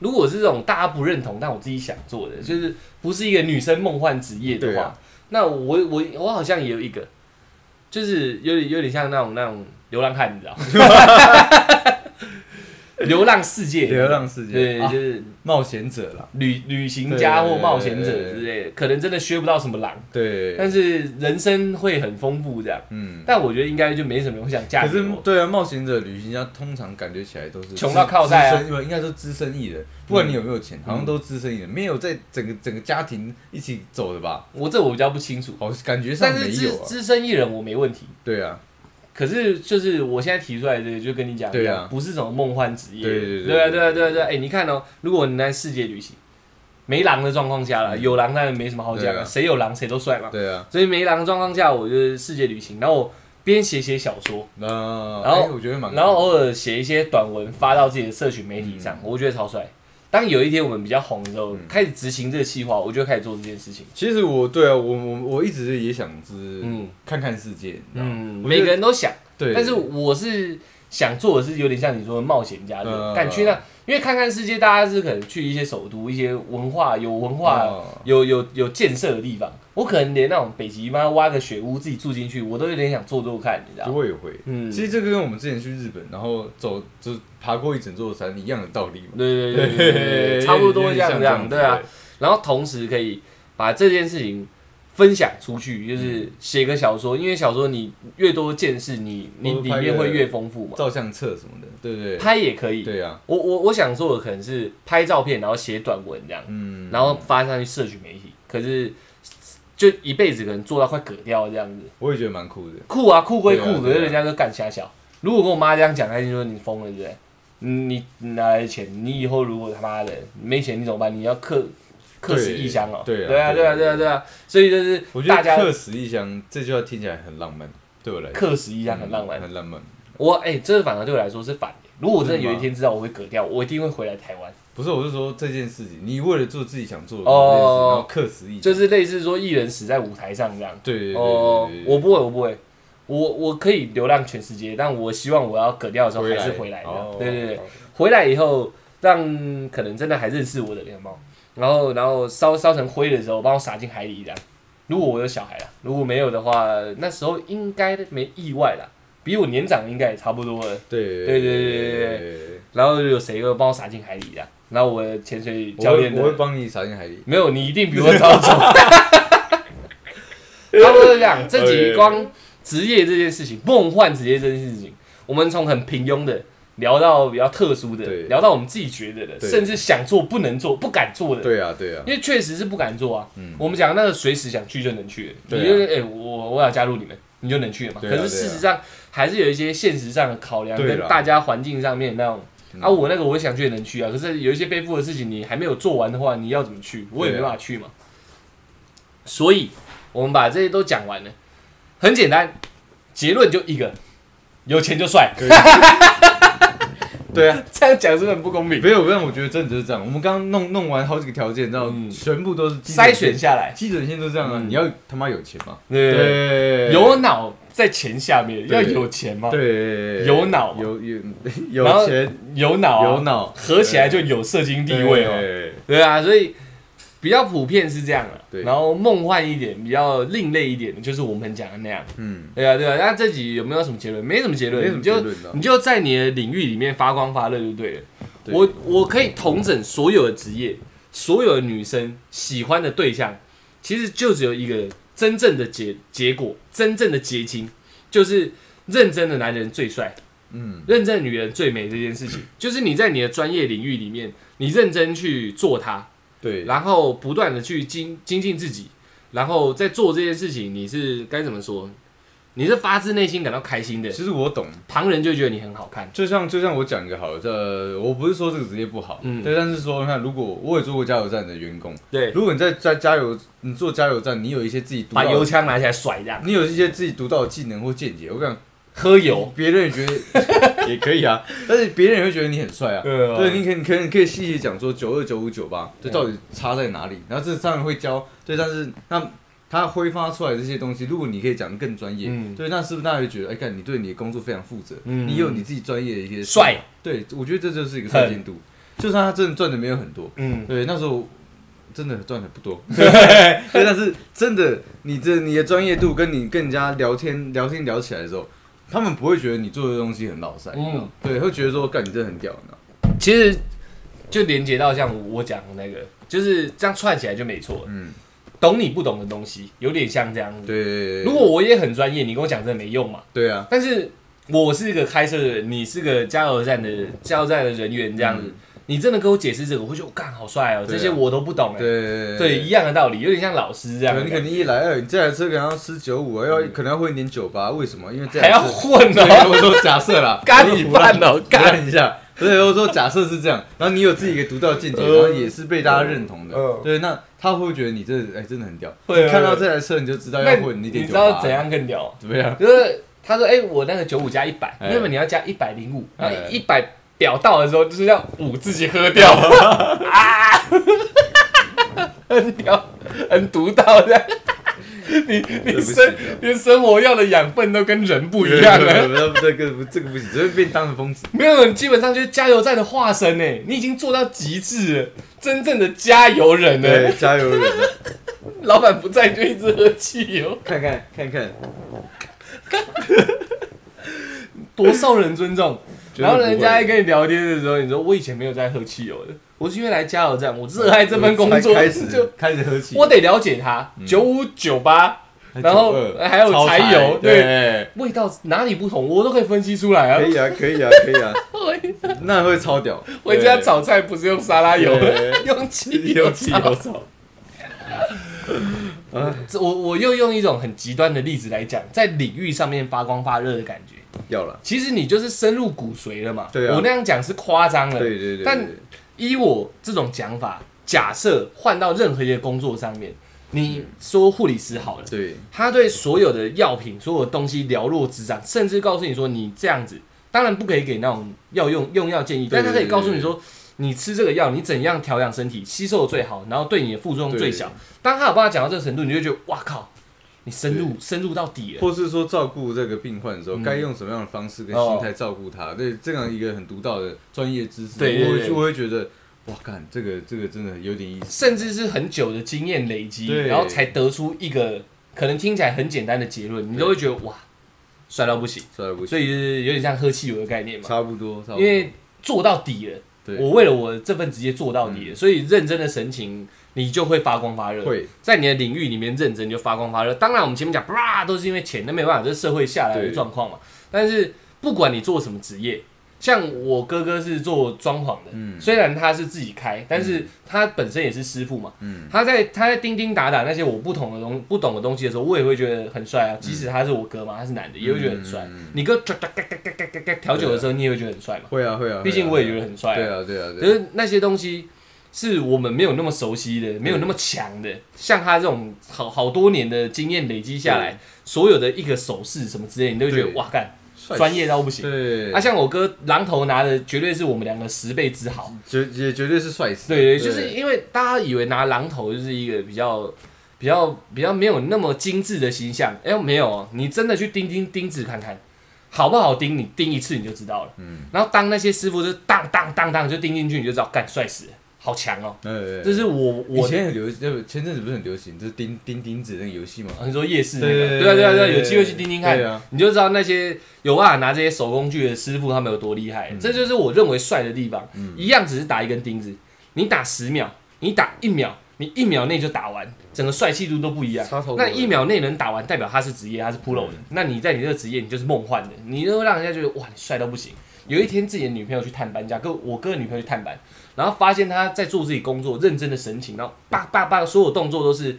如果是这种大家不认同，但我自己想做的，就是不是一个女生梦幻职业的
嗯对
话，
啊
那我我我好像也有一个，就是有点有点像那种那种流浪汉，你知道吗？ 流浪世界，
流浪世界，
对，
啊
就是
冒险者啦，
旅旅行家或冒险者
对对对
之类的，可能真的学不到什么狼，
对，
但是人生会很丰富这样。
嗯，
但我觉得应该就没什么人会想嫁
可
给
是
我。
对啊，冒险者、旅行家通常感觉起来都是
穷到靠带啊嗯
资深不应该说资深艺人，不管你有没有钱，好像都资深艺人，没有在整个整个家庭一起走的吧？
我这我比较不清楚，
好，感觉上
但
没
是
有
资
啊。
资深艺人我没问题。
对啊，
可是就是我现在提出来的这个，就跟你讲一
对
样，
啊
不是什么梦幻职业。
对对对
对啊
对
对啊对啊对啊！哎，你看哦，如果你在世界旅行，没狼的状况下了，有狼当然没什么好讲
嗯对
了，
啊
谁有狼谁都帅嘛。
对啊，
所以没狼的状况下，我就是世界旅行，然后我边写写小说，
那
然后
哎我觉得蛮，
然后偶尔写一些短文发到自己的社群媒体上，
嗯
我觉得超帅。当有一天我们比较红的时候，开始执行这个计划，我就开始做这件事情。
其实我对啊，我我我一直也想知
嗯
看看世界，你知道吗
嗯，
啊我觉
每
得
个人都想，
对，
但是我是想做的是有点像你说的冒险家的、
嗯
敢去那，啊因为看看世界，大家是可能去一些首都、一些文化有文化、
哦
有有有建设的地方。我可能连那种北极妈挖个雪屋自己住进去，我都有点想做做看，你知道吗？
我也会。
嗯，
其实这个跟我们之前去日本，然后走就是爬过一整座山一样的道理嘛。
对对对对对嗯 对，差不多这样
有
这
点像
样，
子
对啊。。然后同时可以把这件事情分享出去，
嗯
就是写个小说，因为小说你越多见识，你你
或者
里
拍个
面会越丰富嘛。
照相册什么的，对不对？
拍也可以，
对啊，
我我我想做的可能是拍照片，然后写短文这样，
嗯，
然后发上去社群媒体。可是就一辈子可能做到快嗝掉这样子，
我也觉得蛮酷的。
酷啊酷归
对
酷，
啊
可是
对啊
人家都干瞎小。如果跟我妈这样讲，她就说你疯了，对不对？嗯你你哪来的钱？你以后如果他妈的没钱，你怎么办？你要克克死异乡哦。
对啊
对啊，对
对
啊，
啊
对啊，对啊。所以就是
我觉
大
得
家
客死异乡这句话听起来很浪漫，对我来说
克死异乡很浪漫。
嗯很浪漫。
我哎，这反而对我来说是反的。如果我真的
真的
有
吗
一天知道我会嗝掉，我一定会回来台湾。
不是，我是说这件事情，你为了做自己想做的这件事，
哦
然后客死异乡，
就是类似说艺人死在舞台上这样。
对对对
哦
对，对
我不会，我不会，我我可以流浪全世界，但我希望我要割掉的时候还是回来的。
哦
对对对
哦，
回来以后让可能真的还认识我的人吗？然后然后烧烧成灰的时候，帮我撒进海里这样。如果我有小孩啦，如果没有的话，那时候应该没意外啦，比我年长应该也差不多了。
对
对对
对
对对
对，
然后有谁会帮我撒进海里的、然后我的潜水
我
教
会
练
我会
的
帮你撒进海里。
没有，你一定比我早 走。差不多是这样，这集光职业这件事情，梦幻职业这件事情，我们从很平庸的聊到比较特殊的
对，
聊到我们自己觉得的，
对
甚至想做不能做、不敢做的。
对啊，对啊，
因为确实是不敢做啊。
嗯
我们讲那个随时想去就能去的，
对啊
你就是哎、我我想加入你们，你就能去了嘛。
对啊
可是事实上、还是有一些现实上的考量，
对啦
跟大家环境上面那种。
嗯
啊，我那个我想去也能去啊，可是有一些背负的事情你还没有做完的话，你要怎么去？我也没办法去嘛。所以我们把这些都讲完了，很简单，结论就一个，有钱就帅。
对啊，
这样讲是不是很不公平？
没有，但我觉得真的就是这样。我们刚刚弄弄完好几个条件，然后
嗯
全部都是基准
筛
线
选，下来，
基准线都这样啊。
嗯
你要他妈有钱嘛？
对不对，
对，
有脑在钱下面
对
要有钱嘛，
对
有脑嘛
有 有
然后
有钱
有脑、啊，
有脑，
合起来就有社经地位哦。
对
对啊，所以比较普遍是这样了。
对
然后梦幻一点、比较另类一点的，就是我们讲的那样。
嗯，
对啊，对啊。那这集有没有什么结论？没什么结论，
没什么
你就
结论啊
你就在你的领域里面发光发热就对了。
对
我我可以统整所有的职业，所有的女生喜欢的对象，其实就只有一个真正的结结果，真正的结晶就是认真的男人最帅。
嗯，
认真的女人最美这件事 情，就是你在你的专业领域里面，你认真去做它，
对，
然后不断的去精精进自己，然后在做这件事情，你是该怎么说？你是发自内心感到开心的，
其实我懂。
旁人就觉得你很好看。
就像就像我讲一个好了，这我不是说这个职业不好，
嗯
对，但是说你看，如果我也做过加油站的员工，
对，
如果你在在加油，你做加油站，你有一些自己独
把
到
油
的，
枪拿起来甩这样，
你有一些自己独到的技能或见解，我讲
喝油。
别人也觉得 也可以啊，但是别人也会觉得你很帅啊。
对啊嗯
对，你可以你可以你可以细细讲说九二九五九八这到底差在哪里，然后这当然会教，对，但是那他挥发出来的这些东西，如果你可以讲得更专业，
嗯
对，那是不是大家会觉得，哎，看你对你的工作非常负责，
嗯
你有你自己专业的一些
帅，
对，我觉得这就是一个帅进度，就算他真的赚的没有很多，
嗯，
对，那时候真的赚的不多， 对，但是真的，你这你的专业度跟你跟人家聊天聊天聊起来的时候，他们不会觉得你做的东西很老塞，
嗯
对，会觉得说，干你真的很屌，你知道吗
其实就连接到像我讲的那个，就是这样串起来就没错了。
嗯，
懂你不懂的东西，有点像这样子。
对，
如果我也很专业，你跟我讲这没用嘛。
对啊，
但是我是一个开车的人，你是个加油站的加油站的人员，这样子，你真的跟我解释这个，我会觉得我干好帅哦，
嗯对
这
啊
些我都不懂哎、
对
对，一样的道理，有点像老师这样
对你肯定一来哎二，你这台车可能要吃九五，要可能要混一点酒吧，为什么？因为这
嗯还
台
要
车
混
对，
哦，，
我说假设啦
咖喱饭哦，
我
咖喱。
看一下，所以我说假设是这样，然后你有自己一个独到见解，
嗯
然后也是被大家认同的
嗯，
对，那他会不会觉得你这哎真的很屌，
会啊
你看到这台车你就知道
那
要混一
你
点
知
酒吧
道怎？样更屌？
怎 么样？
就是他说，哎、我那个九五加一百，
哎
那么你要加一百零五，然后
哎
一百表到的时候，就是要五自己喝 掉啊， 很屌，很独到的。你你
不起
生连生活要的养分都跟人不一样啊了，
了，这个不这个不行，只会被当成疯子。
没有，你基本上就是加油站的化身呢，你已经做到极致了，真正的加油人呢
对，。加油人啊，
老板不在就一直喝汽油，
看看看看，
多受人尊重。
绝对
然后
不会
人家在跟你聊天的时候，你说我以前没有在喝汽油的，我是因为来加油站，我热爱这份工作，
开
就
始嗯开始喝起，
我得了解它。九五九八，然后
92
还有
超
柴油对
对，
味道哪里不同，我都可以分析出来啊
可。以啊，可以啊，可以 啊，那会超屌。
我家炒菜不是用沙拉油
对，
用汽
对
油
有气有
炒。
少，啊
这我我又用一种很极端的例子来讲，在领域上面发光发热的感觉。
要了，
其实你就是深入骨髓了嘛。
对啊
我那样讲是夸张了。
对对对对，
但依我这种讲法，假设换到任何一个工作上面，你说护理师好了，
对
他对所有的药品、所有的东西了若指掌，甚至告诉你说你这样子，当然不可以给那种药用用药建议，
对
但他可以告诉你说。你吃这个药，你怎样调养身体，吸收的最好，然后对你的副作用最小
对。
当他有办法讲到这个程度，你就觉得哇靠，你深入深入到底了。
或是说照顾这个病患的时候，
嗯
该用什么样的方式跟
哦
心态照顾他？对，这样一个很独到的专业知识，
对对
我会
对
就会觉得，哇，干这个这个真的有点意思。
甚至是很久的经验累积，
对
然后才得出一个可能听起来很简单的结论，你都会觉得哇，帅到不行。
帅不行，
所以就是有点像喝汽油的概念嘛，
差不多，差不多。
因为做到底了。
哦对嗯
我为了我这份职业做到底了，所以认真的神情，你就会发光发热。
会
在你的领域里面认真就发光发热。当然，我们前面讲，啪，都是因为钱，那没办法，这是社会下来的
对
状况嘛。但是不管你做什么职业，像我哥哥是做装潢的，
嗯
虽然他是自己开，但是他本身也是师傅嘛。
嗯
他在他在叮叮打打那些我不懂的东不懂的东西的时候，我也会觉得很帅啊。即使他是我哥嘛，他是男的，也会觉得很帅。
嗯
你哥调酒的时候，你也会觉得很帅嘛。
会啊会啊，
毕竟我也觉
得
得很帅、
对啊对啊
就
对啊，
是那些东西是我们没有那么熟悉的，没有那么强的。像他这种好好多年的经验累积下来，所有的一个手势什么之类，你都会觉得
对
哇干，
帅
专业到不行。
对，
啊，像我哥榔头拿的绝对是我们两个十倍之好。
绝也绝对是帅死，
对对，就是因为大家以为拿榔头就是一个比较。比较比较没有那么精致的形象，哎、没有哦，你真的去钉钉钉子看看，好不好钉，你钉一次你就知道了。
嗯
然后当那些师傅就当当当当就钉进去，你就知道，干帅死了，好强哦！
呃，
这是我
以
我
前很流，呃，前阵子不是很流行，就是钉钉钉子那个游戏吗？
哦你说夜市那个，
对对
对啊对啊
对
对啊，
对
有机会去听听看
对啊，
你就知道那些有办法拿这些手工具的师傅他们有多厉
嗯
害。这就是我认为帅的地方，一样只是打一根钉子，你打十秒，你打一秒。你一秒内就打完，整个帅气度都不一样
差超。多
那一秒内能打完，代表他是职业，他是 pro
嗯
的。那你在你这个职业，你就是梦幻的，你就会让人家觉得哇，你帅到不行。有一天自己的女朋友去探班，假跟我哥的女朋友去探班，然后发现他在做自己工作认真的神情，然后叭叭叭，所有动作都是，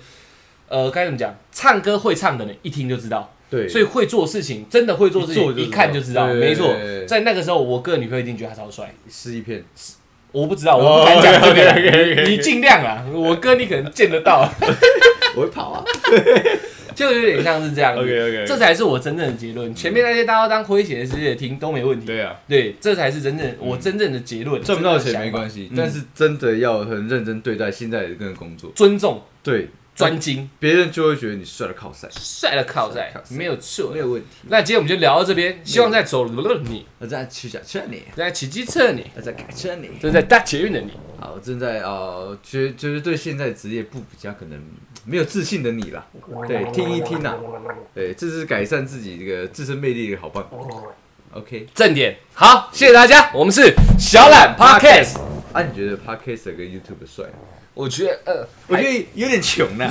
呃，该怎么讲？唱歌会唱的人一听就知道，
对，
所以会做事情，真的会做事
一做
情，
就知道
一看就知道。
对
没错
对对，对
在那个时候，我哥的女朋友一定觉得他超帅。
撕一片，
我不知道，我
哦
不敢讲这个
OK，OK，OK，OK
你你尽量啊。我哥你可能见得到，
我会跑啊。
就有点像是这样子。
OK，OK，OK
这才是我真正的结论。前面那些大家当诙谐之类的听都没问题。
对啊，
嗯对，嗯这才是真正我真正的结论。
赚不到钱没
系，
关系
嗯，
但是真的要很认真对待现在的这个工作，
尊重、
对，
专精，
别人就会觉得你帅的靠山，
帅了靠在
帅了靠，在
没有嗯错。
有问题。
那今天我们就聊到这边，希望在走路的你，
我在骑小车你，
在骑机车的你，
我在开车你。
正在搭捷运的你，
好，我正在呃，觉就是对现在职业不比较可能没有自信的你啦，对，听一听呐、对，这是改善自己这个自身魅力的好办法。OK，
正点。好，谢谢大家，我们是小懒 Podcast。
啊，你觉得 Podcast 跟 YouTube 帅吗？
我觉得，呃，
我觉得有点穷呢、